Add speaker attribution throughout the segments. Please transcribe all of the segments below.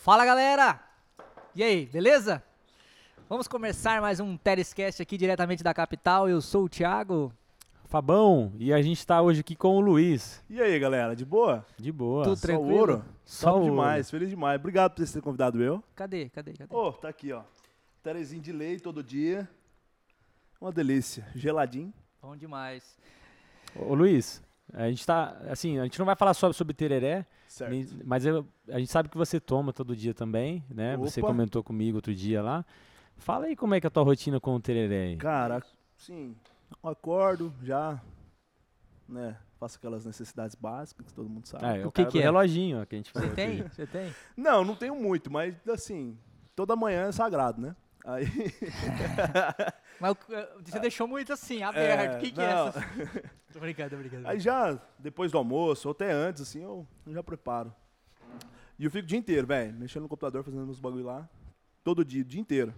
Speaker 1: Fala galera! E aí, beleza? Vamos começar mais um Terescast aqui diretamente da capital. Eu sou o Thiago.
Speaker 2: Fabão, e a gente tá hoje aqui com o Luiz.
Speaker 3: E aí, galera, de boa?
Speaker 2: De boa.
Speaker 1: Tudo tranquilo?
Speaker 3: Só ouro?
Speaker 2: Só
Speaker 3: Top
Speaker 2: ouro.
Speaker 3: demais, feliz demais. Obrigado por vocês terem convidado eu.
Speaker 1: Cadê? Cadê? Cadê?
Speaker 3: Ô, tá aqui, ó. Terezinho de lei todo dia. Uma delícia. Geladinho.
Speaker 1: Bom demais.
Speaker 2: Ô Luiz, a gente tá, assim, a gente não vai falar só sobre tereré,
Speaker 3: Certo.
Speaker 2: nem- mas eu- a gente sabe que você toma todo dia também, né? Você
Speaker 3: Opa.
Speaker 2: comentou comigo outro dia lá. Fala aí como é que é a tua rotina com o tereré aí.
Speaker 3: Cara, sim. Eu acordo, já, né, faço aquelas necessidades básicas que todo mundo sabe.
Speaker 2: Ah, é,
Speaker 1: o
Speaker 2: o
Speaker 1: que
Speaker 2: cara
Speaker 1: que
Speaker 2: do
Speaker 1: é?
Speaker 2: reloginho ó, que a gente
Speaker 1: Você
Speaker 2: falou.
Speaker 1: tem? Você tem?
Speaker 3: Não, não tenho muito, mas assim, toda manhã é sagrado, né? Aí,
Speaker 1: Mas o- eh, você deixou muito assim, aberto. O que, que é
Speaker 3: não.
Speaker 1: essa? Tô brincando, tô brincando.
Speaker 3: aí já, depois do almoço, ou até antes, assim, eu eu já preparo. E eu fico o dia inteiro, velho, mexendo no computador, fazendo meus bagulho lá. Todo dia, o dia inteiro.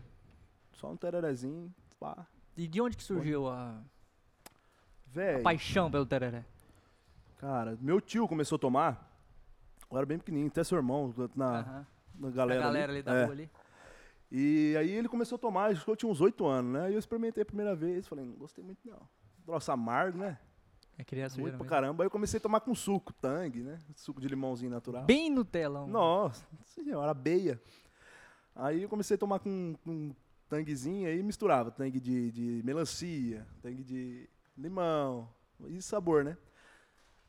Speaker 3: Só um tererezinho, pá.
Speaker 1: E de onde que surgiu a
Speaker 3: Velho,
Speaker 1: paixão pelo tereré?
Speaker 3: cara, meu tio começou a tomar. Eu era bem pequenininho, até seu irmão, na,
Speaker 1: Aham.
Speaker 3: na
Speaker 1: A
Speaker 3: Ah, galera.
Speaker 1: galera ali da
Speaker 3: É.
Speaker 1: rua ali.
Speaker 3: E aí ele começou a tomar, acho que eu tinha uns 8 anos, né? E eu experimentei a primeira vez, falei, não gostei muito não. Troço amargo, né?
Speaker 1: É criança
Speaker 3: Muito
Speaker 1: geralmente.
Speaker 3: pra caramba. Aí eu comecei a tomar com suco, tangue, né? Suco de limãozinho natural.
Speaker 1: Bem no telão.
Speaker 3: Nossa, senhora, beia. Aí eu comecei a tomar com, com tanguezinho, aí misturava tangue de, de melancia, tangue de limão, e sabor, né?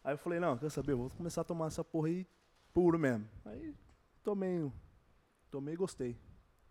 Speaker 3: Aí eu falei, não, quer saber, eu vou começar a tomar essa porra aí puro mesmo. Aí tomei, um- tomei e gostei.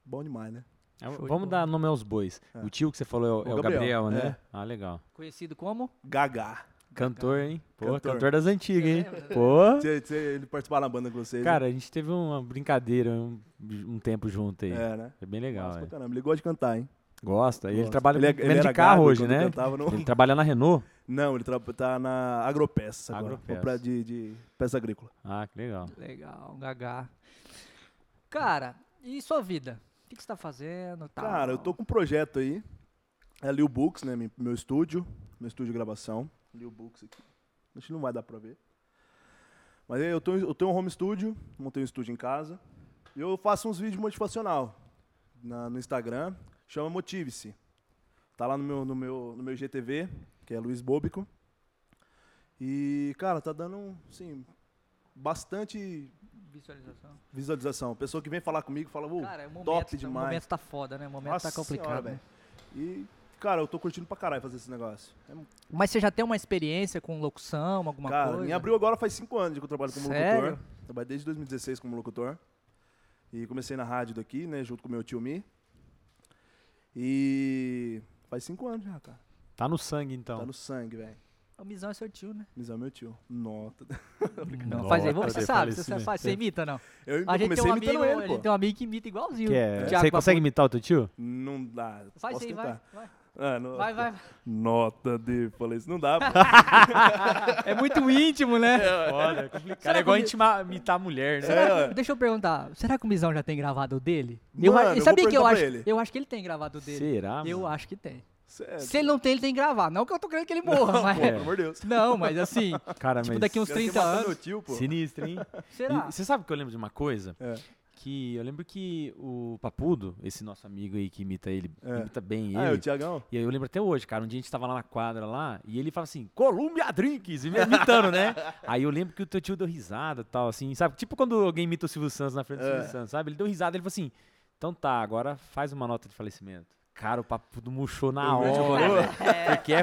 Speaker 3: Bom demais, né?
Speaker 2: É,
Speaker 1: Show de
Speaker 2: vamos
Speaker 1: bola.
Speaker 2: dar nome aos bois.
Speaker 3: É.
Speaker 2: O tio que você falou é o,
Speaker 3: O
Speaker 2: é o Gabriel,
Speaker 3: Gabriel,
Speaker 2: né?
Speaker 3: é.
Speaker 2: Ah, legal.
Speaker 1: Conhecido como?
Speaker 3: Gagá.
Speaker 2: Cantor, hein? Pô, cantor,
Speaker 3: Cantor.
Speaker 2: das antigas, hein?
Speaker 1: né?
Speaker 2: Pô.
Speaker 3: Você- você- ele participava na banda com vocês? né?
Speaker 2: Cara, a gente teve uma brincadeira um, um tempo junto aí.
Speaker 3: é, né?
Speaker 2: Foi bem legal,
Speaker 3: Nossa,
Speaker 2: é.
Speaker 3: pra caramba. Ele gosta de cantar, hein?
Speaker 2: Gosta. E ele
Speaker 3: Gosta.
Speaker 2: trabalha
Speaker 3: Ele é-
Speaker 2: com
Speaker 3: ele
Speaker 2: venda de
Speaker 3: era
Speaker 2: carro
Speaker 3: gago
Speaker 2: hoje,
Speaker 3: quando
Speaker 2: né?
Speaker 3: cantava no-
Speaker 2: Ele trabalha na Renault.
Speaker 3: Não, ele tra- tá na Agropeça agora.
Speaker 2: Agropeça.
Speaker 3: compra de, de peça agrícola.
Speaker 2: Ah, que legal.
Speaker 1: Legal, Gagá. Cara, e sua vida? O que, que você tá fazendo? tal?
Speaker 3: Cara, eu tô com um projeto aí. É Lil Books, né? mi- Meu estúdio. Meu estúdio de gravação. Lil Books aqui. Acho que não vai dar pra ver. Mas aí eu, tô, eu tenho um home studio. Montei um estúdio em casa. E eu faço uns vídeos motivacional na- no Instagram. Chama Motive-se. Tá lá no meu, no, meu, no meu GTV, que é Luiz Bôbico. E, cara, tá dando, assim, bastante
Speaker 1: Visualização.
Speaker 3: visualização. Pessoa que vem falar comigo fala, "Ô,
Speaker 1: Cara, o momento,
Speaker 3: top
Speaker 1: tá-
Speaker 3: demais.
Speaker 1: O momento tá foda, né? O momento tá complicado.
Speaker 3: senhora,
Speaker 1: né?
Speaker 3: velho. E, cara, eu tô curtindo pra caralho fazer esse negócio. É,
Speaker 1: Mas você já tem uma experiência com locução, alguma
Speaker 3: cara,
Speaker 1: coisa?
Speaker 3: em abril agora faz cinco anos que eu trabalho como
Speaker 1: Sério?
Speaker 3: locutor. Trabalho desde 2016 como locutor. E comecei na rádio daqui, né, junto com meu tio Mi. E faz cinco anos já, cara.
Speaker 2: Tá no sangue, então.
Speaker 3: Tá no sangue, velho.
Speaker 1: O Mizão é seu tio, né?
Speaker 3: Mas é o meu tio. Nota.
Speaker 1: Não,
Speaker 2: Nossa,
Speaker 1: faz aí. Vamos,
Speaker 2: eu
Speaker 1: você sabe, você
Speaker 2: faleci, né?
Speaker 1: sabe, você imita, não?
Speaker 3: Eu
Speaker 1: A gente, tem
Speaker 3: comecei
Speaker 1: um
Speaker 3: imitando
Speaker 1: amigo, a
Speaker 3: ele,
Speaker 1: gente
Speaker 3: pô.
Speaker 1: tem um amigo que imita igualzinho.
Speaker 2: Que é-
Speaker 1: o Thiago
Speaker 2: Você consegue
Speaker 1: Papo.
Speaker 2: imitar o teu tio?
Speaker 3: Não dá.
Speaker 1: Faz
Speaker 3: Posso
Speaker 1: aí, vai,
Speaker 3: tentar.
Speaker 1: vai.
Speaker 3: Ah, não-
Speaker 1: Vai, vai. vai.
Speaker 3: Nota de. Falei isso, não dá, pô.
Speaker 1: É muito íntimo, né?
Speaker 2: Olha, é complicado.
Speaker 1: Será
Speaker 2: é igual
Speaker 1: que-
Speaker 2: intimar, imitar a
Speaker 3: é.
Speaker 2: mulher, né?
Speaker 1: Será que- deixa eu perguntar, será que o Mizão já tem gravado o dele?
Speaker 3: Mano,
Speaker 1: a-
Speaker 3: eu vou
Speaker 1: sabia que eu
Speaker 3: perguntar
Speaker 1: acho,
Speaker 3: pra ele.
Speaker 1: eu acho que ele tem gravado o dele.
Speaker 2: Será?
Speaker 1: Eu
Speaker 2: mano?
Speaker 1: acho que tem.
Speaker 3: Sério.
Speaker 1: Se ele não tem, ele tem que gravar. Não é. que eu tô querendo que ele morra, mas.
Speaker 3: é Pô, pelo amor de Deus.
Speaker 1: Não, mas assim,
Speaker 2: Cara,
Speaker 1: tipo,
Speaker 2: mas
Speaker 1: daqui uns
Speaker 3: Quero que
Speaker 1: 30
Speaker 3: matar meu
Speaker 1: anos.
Speaker 3: tio, pô.
Speaker 2: Sinistro, hein?
Speaker 1: Será?
Speaker 2: E você sabe que eu lembro de uma coisa?
Speaker 3: É.
Speaker 2: Que eu lembro que o Papudo, esse nosso amigo aí que imita ele,
Speaker 3: É.
Speaker 2: imita bem
Speaker 3: Ah, é
Speaker 2: ele.
Speaker 3: o Tiagão?
Speaker 2: E aí eu lembro até hoje, cara, um dia a gente tava lá na quadra lá, e ele fala assim, Columbia Drinks, e me imitando, né? aí eu lembro que o teu tio deu risada e tal, assim, sabe? Tipo quando alguém imita o Silvio Santos na frente do
Speaker 3: É.
Speaker 2: Silvio Santos, sabe? Ele deu risada, ele falou assim, então tá, agora faz uma nota de falecimento. Cara, o papo do murchou na
Speaker 3: Eu vejo
Speaker 2: hora,
Speaker 3: o-
Speaker 2: velho, porque é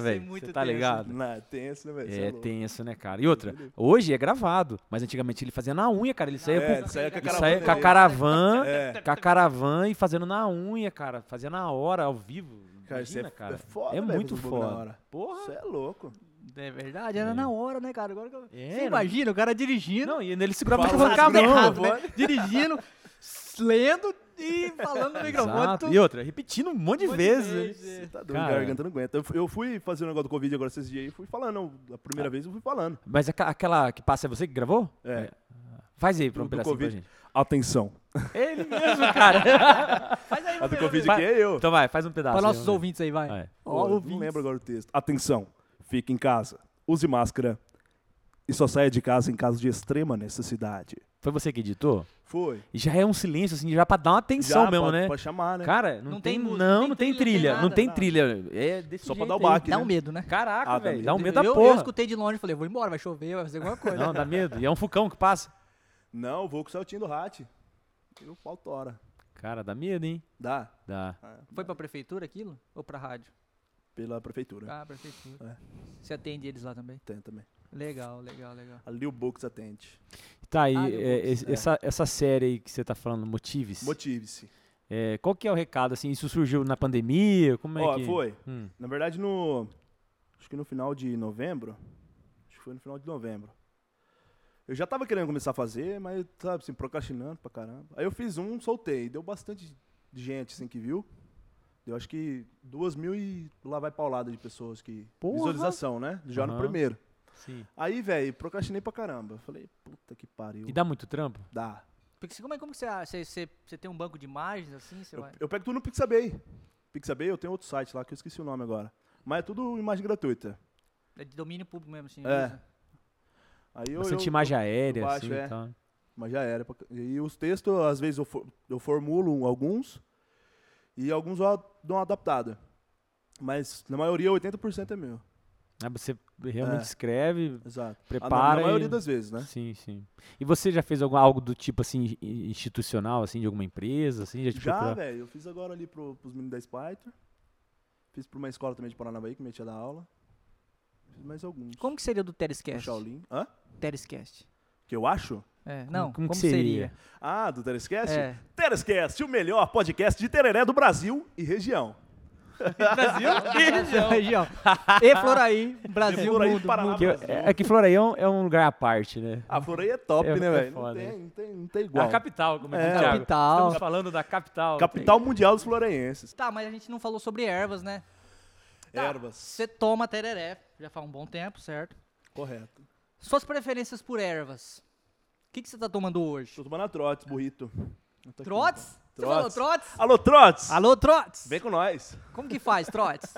Speaker 1: Deve ser
Speaker 2: velho,
Speaker 1: muito
Speaker 2: você tá
Speaker 1: tenso.
Speaker 2: ligado?
Speaker 3: Não, é tenso, né, velho? Cê
Speaker 2: É
Speaker 3: louco.
Speaker 2: tenso, né, cara? E outra, hoje é gravado, mas antigamente ele fazia na unha, cara, ele saía
Speaker 3: É,
Speaker 2: com...
Speaker 3: ele saía com a
Speaker 2: Ele
Speaker 3: caravana
Speaker 2: saía com a
Speaker 3: dele.
Speaker 2: caravan,
Speaker 3: É.
Speaker 2: com a caravan e fazendo na unha, cara. Fazia na hora, ao vivo.
Speaker 3: Cara, isso
Speaker 2: Imagina,
Speaker 3: é-
Speaker 2: cara.
Speaker 3: é foda,
Speaker 2: É
Speaker 3: velho,
Speaker 2: muito
Speaker 3: fazer um bagulho na
Speaker 2: foda.
Speaker 3: hora.
Speaker 2: Porra.
Speaker 3: Você é louco.
Speaker 1: É verdade, era
Speaker 2: É.
Speaker 1: na hora, né, cara? Agora que eu...
Speaker 2: É,
Speaker 1: Você
Speaker 2: era-
Speaker 1: imagina, o cara dirigindo,
Speaker 2: Não, e ele segurava o
Speaker 3: Fala,
Speaker 2: microfone com a
Speaker 3: segura
Speaker 2: mão.
Speaker 3: a
Speaker 1: errado,
Speaker 3: mão.
Speaker 1: né? Dirigindo, s- lendo e falando no microfone.
Speaker 2: Exato.
Speaker 1: tu-
Speaker 2: E outra, repetindo um monte de
Speaker 1: monte de
Speaker 2: vezes.
Speaker 1: vezes, é.
Speaker 3: Tá doido,
Speaker 2: Cara.
Speaker 3: a garganta não aguenta. Eu fu- Eu fui fazer um negócio do Covid agora esses dias aí, fui falando. A
Speaker 2: Ah.
Speaker 3: primeira vez eu fui falando.
Speaker 2: Mas aca- aquela que passa é você que gravou?
Speaker 3: É.
Speaker 2: Faz aí pra um
Speaker 3: Do- do
Speaker 2: pedacinho pra
Speaker 3: Covid.
Speaker 2: gente.
Speaker 3: Atenção.
Speaker 2: Ele mesmo, cara.
Speaker 1: Faz aí,
Speaker 3: A do
Speaker 1: meu
Speaker 3: Covid
Speaker 1: Deus.
Speaker 3: aqui é eu.
Speaker 2: então vai, faz um pedaço.
Speaker 1: Para
Speaker 2: aí,
Speaker 1: nossos
Speaker 2: vamos
Speaker 1: ouvintes aí, vai.
Speaker 2: ver. Vai.
Speaker 3: Pô, eu não lembro agora o texto. Atenção. Fique em casa. Use máscara. E só saia de casa em caso de extrema necessidade.
Speaker 2: Foi você que editou?
Speaker 3: Foi.
Speaker 2: E já é um silêncio, assim, já pra dar uma atenção
Speaker 3: Já,
Speaker 2: mesmo,
Speaker 3: pra,
Speaker 2: né?
Speaker 3: pra chamar, né?
Speaker 2: Cara, não,
Speaker 1: Não tem
Speaker 2: tem,
Speaker 1: música,
Speaker 2: não, não tem trilha, não tem
Speaker 3: nada.
Speaker 2: trilha. É desse
Speaker 3: Só pra
Speaker 2: jeito
Speaker 3: dar o
Speaker 2: aí.
Speaker 3: baque,
Speaker 1: Dá
Speaker 3: né?
Speaker 1: um medo, né?
Speaker 2: Caraca,
Speaker 3: Ah, dá
Speaker 2: velho,
Speaker 3: medo.
Speaker 2: dá um medo da
Speaker 1: eu, eu
Speaker 2: porra.
Speaker 1: escutei de longe e falei, vou embora, vai chover, vai fazer alguma coisa.
Speaker 2: Não, dá medo. E é um vulcão que passa.
Speaker 3: Não, eu vou com o Celtinho do Hat. Eu pau tora.
Speaker 2: Cara, dá medo, hein?
Speaker 3: Dá.
Speaker 2: Dá.
Speaker 3: Ah,
Speaker 1: Foi pra prefeitura aquilo? Ou pra rádio?
Speaker 3: Pela
Speaker 2: É.
Speaker 3: prefeitura.
Speaker 1: Ah, prefeitura. Você atende eles lá também?
Speaker 3: Tem também.
Speaker 1: Legal, legal, legal.
Speaker 3: Ali o Books atende.
Speaker 2: Tá aí,
Speaker 1: Ah, eu
Speaker 2: é,
Speaker 1: vou-
Speaker 2: es- essa, essa série aí que você tá falando, Motives,
Speaker 3: Motive-se.
Speaker 2: é, qual que é o recado, assim? Isso surgiu na pandemia? Como é
Speaker 3: Ó,
Speaker 2: que...
Speaker 3: foi.
Speaker 2: Hum,
Speaker 3: Na verdade, no. Acho que no final de novembro. Acho que foi no final de novembro. Eu já tava querendo começar a fazer, mas, sabe, assim, procrastinando pra caramba. Aí eu fiz um, soltei. Deu bastante gente, assim, que viu. Deu acho que duas mil e lá vai paulada de pessoas que.
Speaker 2: Porra!
Speaker 3: Visualização, né? Já no
Speaker 2: Aham.
Speaker 3: primeiro.
Speaker 2: sim.
Speaker 3: Aí, velho, procrastinei pra caramba. Falei, puta que pariu.
Speaker 2: E dá muito trampo?
Speaker 3: Dá.
Speaker 1: Porque você- como é como que você, você, você, você tem um banco de imagens assim? Você
Speaker 3: Eu,
Speaker 1: vai...
Speaker 3: eu pego tudo no Pixabay. Pixabay, eu tenho outro site lá que eu esqueci o nome agora. Mas é tudo imagem gratuita.
Speaker 1: É de domínio público mesmo, assim.
Speaker 3: É.
Speaker 1: usa.
Speaker 3: Aí eu, eu,
Speaker 2: Bastante imagem aérea,
Speaker 3: eu baixo,
Speaker 2: assim,
Speaker 3: é.
Speaker 2: tá.
Speaker 3: Mas já era. E os textos, às vezes, eu, for- eu formulo um, alguns e alguns eu dou uma adaptada. Mas, na maioria, 80% é meu.
Speaker 2: Ah, você realmente
Speaker 3: É.
Speaker 2: escreve,
Speaker 3: Exato. Ah, na-
Speaker 2: prepara
Speaker 3: Na,
Speaker 2: e-
Speaker 3: maioria das vezes, né?
Speaker 2: Sim, sim. E você já fez algum, algo do tipo, assim, i- institucional, assim, de alguma empresa, assim? Já, te
Speaker 3: Já,
Speaker 2: procurou?
Speaker 3: velho. Eu fiz agora ali pro, pros meninos da Spider. Fiz pra uma escola também de Paranavaí, que minha tia dá aula. Fiz mais alguns.
Speaker 1: Como que é? seria do
Speaker 3: O
Speaker 1: Terescast?
Speaker 3: Shaolin. Hã?
Speaker 1: Terescast.
Speaker 3: Que eu acho?
Speaker 1: É, não, como,
Speaker 2: como que
Speaker 1: seria?
Speaker 3: Ah, do Terescast?
Speaker 1: É.
Speaker 3: Terescast, o melhor podcast de tereré do Brasil e região.
Speaker 1: Brasil e região. E Floraí, Brasil,
Speaker 3: E Floraí,
Speaker 1: mundo,
Speaker 3: Paraná,
Speaker 1: mundo.
Speaker 2: Que eu-
Speaker 3: Ah,
Speaker 2: é, é que Floraião é um lugar à parte, né?
Speaker 3: A Florei é top,
Speaker 2: É,
Speaker 3: né,
Speaker 2: é
Speaker 3: velho? Não,
Speaker 2: foda,
Speaker 3: tem, não, tem, não tem
Speaker 2: É
Speaker 3: igual.
Speaker 2: A capital, como é,
Speaker 3: É,
Speaker 2: que Thiago.
Speaker 1: capital.
Speaker 2: Estamos falando da capital.
Speaker 3: Capital mundial dos florenenses.
Speaker 1: Tá, mas a gente não falou sobre ervas, né? Tá,
Speaker 3: Ervas.
Speaker 1: Você toma tereré, já faz um bom tempo, certo?
Speaker 3: Correto.
Speaker 1: Suas preferências por ervas. O que que você tá tomando hoje?
Speaker 3: Tô tomando a Trotes, burrito. Eu tô aqui,
Speaker 1: Trotes? Você
Speaker 3: Trotes.
Speaker 1: falou trotes?
Speaker 3: ó. Alô, Trotes!
Speaker 1: Alô, trotes?
Speaker 3: Vem com nós.
Speaker 1: Como que faz, trotes?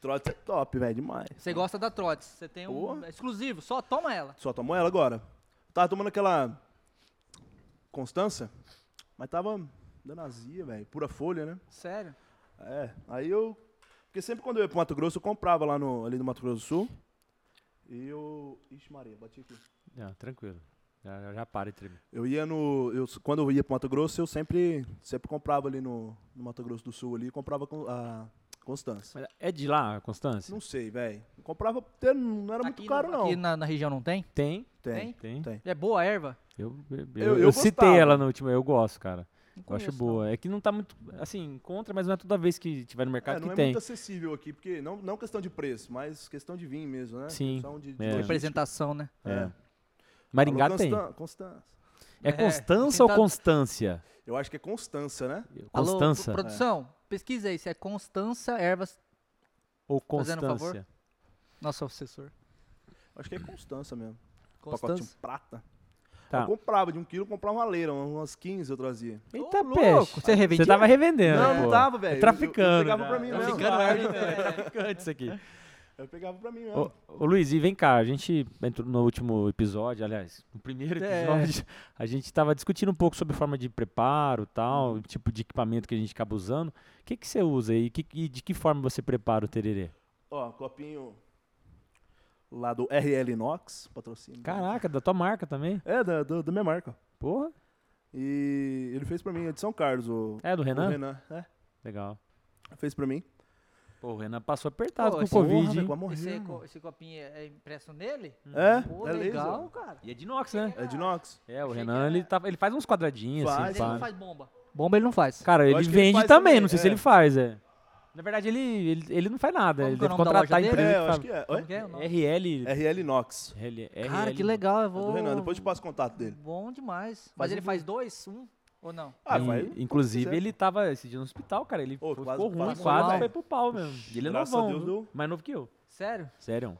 Speaker 3: Trotes é top, velho, demais.
Speaker 1: Você gosta da trotes. Você tem um
Speaker 3: Porra.
Speaker 1: é exclusivo, só toma ela.
Speaker 3: Só tomou ela agora. Tava tomando aquela Constança, mas tava dando azia, velho. Pura folha, né?
Speaker 1: Sério?
Speaker 3: É, aí eu... Porque sempre quando eu ia pro Mato Grosso, eu comprava lá no, ali no Mato Grosso do Sul. E eu... Ixi Maria, bati aqui.
Speaker 2: Não, Ah, tranquilo. Já, já- já para entre mim.
Speaker 3: Eu ia no. Eu, quando eu ia pro Mato Grosso, eu sempre, sempre comprava ali no, no Mato Grosso do Sul ali, comprava com- a Constância.
Speaker 2: Mas é de lá, Constância?
Speaker 3: Não sei, velho. Comprava até. Não era muito
Speaker 1: Aqui
Speaker 3: caro,
Speaker 1: no-
Speaker 3: não.
Speaker 1: Aqui na, na região não tem?
Speaker 2: Tem,
Speaker 3: Tem,
Speaker 2: tem.
Speaker 3: tem.
Speaker 1: É boa a erva?
Speaker 2: Eu, eu,
Speaker 3: Eu-
Speaker 2: eu
Speaker 3: eu
Speaker 2: citei
Speaker 3: gostava.
Speaker 2: ela na última, eu gosto, cara.
Speaker 1: Não
Speaker 2: Eu acho
Speaker 1: conheço,
Speaker 2: boa. É que não tá muito, assim, encontra, mas não é toda vez que tiver no mercado
Speaker 3: É, não
Speaker 2: que
Speaker 3: é
Speaker 2: tem.
Speaker 3: muito acessível aqui, porque não, não questão de preço, mas questão de vinho mesmo, né?
Speaker 2: Sim,
Speaker 3: Questão de, de
Speaker 2: é.
Speaker 1: não.
Speaker 3: logística.
Speaker 1: Representação, né?
Speaker 2: É.
Speaker 3: Alô,
Speaker 2: Maringá tem.
Speaker 3: Constan- Constância.
Speaker 2: É
Speaker 1: É,
Speaker 2: Constança ou
Speaker 1: tem tá-
Speaker 2: Constância?
Speaker 3: Eu acho que é Constância, né?
Speaker 1: Alô,
Speaker 2: Constança
Speaker 1: pro- produção, pesquisa aí se é Constança Ervas.
Speaker 2: ou
Speaker 1: fazendo um favor.
Speaker 2: Constância?
Speaker 1: Nosso assessor.
Speaker 3: Eu acho que é Constância mesmo. Pacotinho
Speaker 1: Constança.
Speaker 3: prata.
Speaker 2: Tá.
Speaker 3: Eu comprava de um quilo, eu comprava uma leira, umas 15 eu trazia.
Speaker 2: Eita,
Speaker 1: Ô, louco,
Speaker 2: peste.
Speaker 1: você revendia?
Speaker 2: tava revendendo,
Speaker 3: Não,
Speaker 2: É, pô.
Speaker 3: não dava, velho. Eu- eu- eu
Speaker 2: traficando. Tá
Speaker 3: pegava
Speaker 2: já.
Speaker 3: pra mim mesmo.
Speaker 1: Traficando erva.
Speaker 2: né? É Traficante isso aqui.
Speaker 3: Eu pegava pra mim mesmo.
Speaker 2: Ô, ô, Luiz, e vem cá, a gente entrou no último episódio, aliás, no primeiro
Speaker 1: É.
Speaker 2: episódio, a gente tava discutindo um pouco sobre forma de preparo e tal, o tipo de equipamento que a gente acaba usando. O que, que você usa aí? Que- e de que forma você prepara o tererê?
Speaker 3: Ó, copinho lá do RL Inox, patrocínio.
Speaker 2: Caraca, da tua marca também?
Speaker 3: É, da, do- da minha marca.
Speaker 2: Porra.
Speaker 3: E ele fez pra mim, é de São Carlos, o,
Speaker 2: É, do
Speaker 3: o
Speaker 2: Renan?
Speaker 3: Renan. É,
Speaker 2: Legal.
Speaker 3: fez pra mim.
Speaker 2: Pô, o Renan passou apertado
Speaker 1: Pô,
Speaker 2: com o
Speaker 1: esse
Speaker 3: Porra,
Speaker 2: Covid,
Speaker 3: velho,
Speaker 2: hein?
Speaker 3: vai
Speaker 1: Esse,
Speaker 3: morrer,
Speaker 1: co-
Speaker 3: mano.
Speaker 1: esse copinho é é impresso nele?
Speaker 3: É,
Speaker 1: Pô,
Speaker 3: é
Speaker 1: legal,
Speaker 3: legal.
Speaker 1: cara.
Speaker 2: E é de inox, né?
Speaker 3: É de inox.
Speaker 2: É, o
Speaker 1: Achei
Speaker 2: Renan,
Speaker 1: que
Speaker 2: ele, tá, ele faz uns quadradinhos,
Speaker 3: Faz.
Speaker 1: Mas
Speaker 2: assim,
Speaker 1: ele não
Speaker 2: pá.
Speaker 1: faz bomba. Bomba ele não faz.
Speaker 2: Cara,
Speaker 3: Eu
Speaker 2: ele
Speaker 3: acho que ele
Speaker 2: vende
Speaker 3: faz
Speaker 2: também,
Speaker 3: também,
Speaker 2: não sei se
Speaker 3: é.
Speaker 2: ele faz, é. Na verdade, ele, ele, ele não faz nada,
Speaker 1: Como
Speaker 2: ele
Speaker 1: que é o
Speaker 2: deve
Speaker 1: nome da
Speaker 2: contratar a
Speaker 1: loja
Speaker 2: empresa
Speaker 1: dele?
Speaker 3: É,
Speaker 2: que
Speaker 3: eu
Speaker 2: faz.
Speaker 3: acho que é.
Speaker 1: Como
Speaker 3: Oi?
Speaker 1: que é o nome?
Speaker 2: RL.
Speaker 3: RL Inox.
Speaker 2: RL.
Speaker 1: Cara, que legal. Eu
Speaker 3: É
Speaker 1: vou...
Speaker 3: do Renan, depois eu te passo o contato dele.
Speaker 1: Bom demais. Mas
Speaker 3: Faz
Speaker 1: ele
Speaker 3: um-
Speaker 1: faz dois, um ou não?
Speaker 3: Ah,
Speaker 2: E,
Speaker 3: vai.
Speaker 2: inclusive,
Speaker 3: quiser.
Speaker 2: ele tava esse dia no hospital, cara. Ele
Speaker 3: Ô,
Speaker 2: ficou
Speaker 3: quase-
Speaker 2: ruim, quase,
Speaker 3: quase
Speaker 1: mal.
Speaker 2: foi pro pau mesmo. E ele é
Speaker 3: Graças a
Speaker 2: novão,
Speaker 3: Deus,
Speaker 2: viu?
Speaker 3: eu-
Speaker 2: mais novo que eu.
Speaker 1: Sério?
Speaker 2: Sério.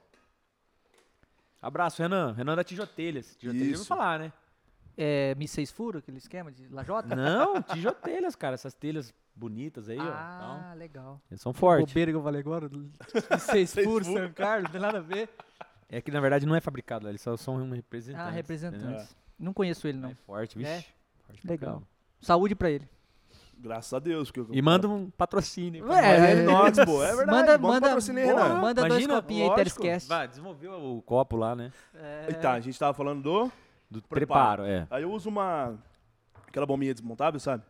Speaker 2: Abraço, Renan. Renan é da Tijotelha. Tijotelha eu
Speaker 3: Isso.
Speaker 2: falar, né?
Speaker 1: É, Mi seis furo, aquele esquema de lajota?
Speaker 2: Não, Tijotelhas, cara. Essas telhas bonitas aí, ó.
Speaker 1: ah,
Speaker 2: Então,
Speaker 1: legal.
Speaker 2: eles são fortes.
Speaker 1: Bobeira que eu falei agora. Mi seis furo,
Speaker 3: furo.
Speaker 1: São Carlos, não tem nada a ver.
Speaker 2: É que, na verdade, não é fabricado lá. Eles só são um representante.
Speaker 1: Ah, representantes. Não conheço ele, Ah, não.
Speaker 2: É forte, vixe.
Speaker 1: É.
Speaker 2: Forte pra
Speaker 1: Legal.
Speaker 2: caramba.
Speaker 1: Saúde pra ele.
Speaker 3: Graças a Deus. Porque eu-
Speaker 2: E manda um patrocínio. pra
Speaker 1: Ué,
Speaker 2: nós.
Speaker 1: é.
Speaker 3: Mas é inox, pô. É verdade.
Speaker 1: Manda-
Speaker 3: Manda,
Speaker 1: manda-
Speaker 3: patrocínio aí,
Speaker 1: Boa.
Speaker 3: Renan.
Speaker 1: Manda
Speaker 2: imagina,
Speaker 1: dois copinhos aí,
Speaker 3: lógico.
Speaker 1: Terescast.
Speaker 2: Vai, desenvolveu o copo lá, né?
Speaker 3: E tá, a gente tava falando do...
Speaker 2: Do preparo,
Speaker 3: Preparo.
Speaker 2: é.
Speaker 3: Aí eu uso uma... Aquela bombinha desmontável, sabe?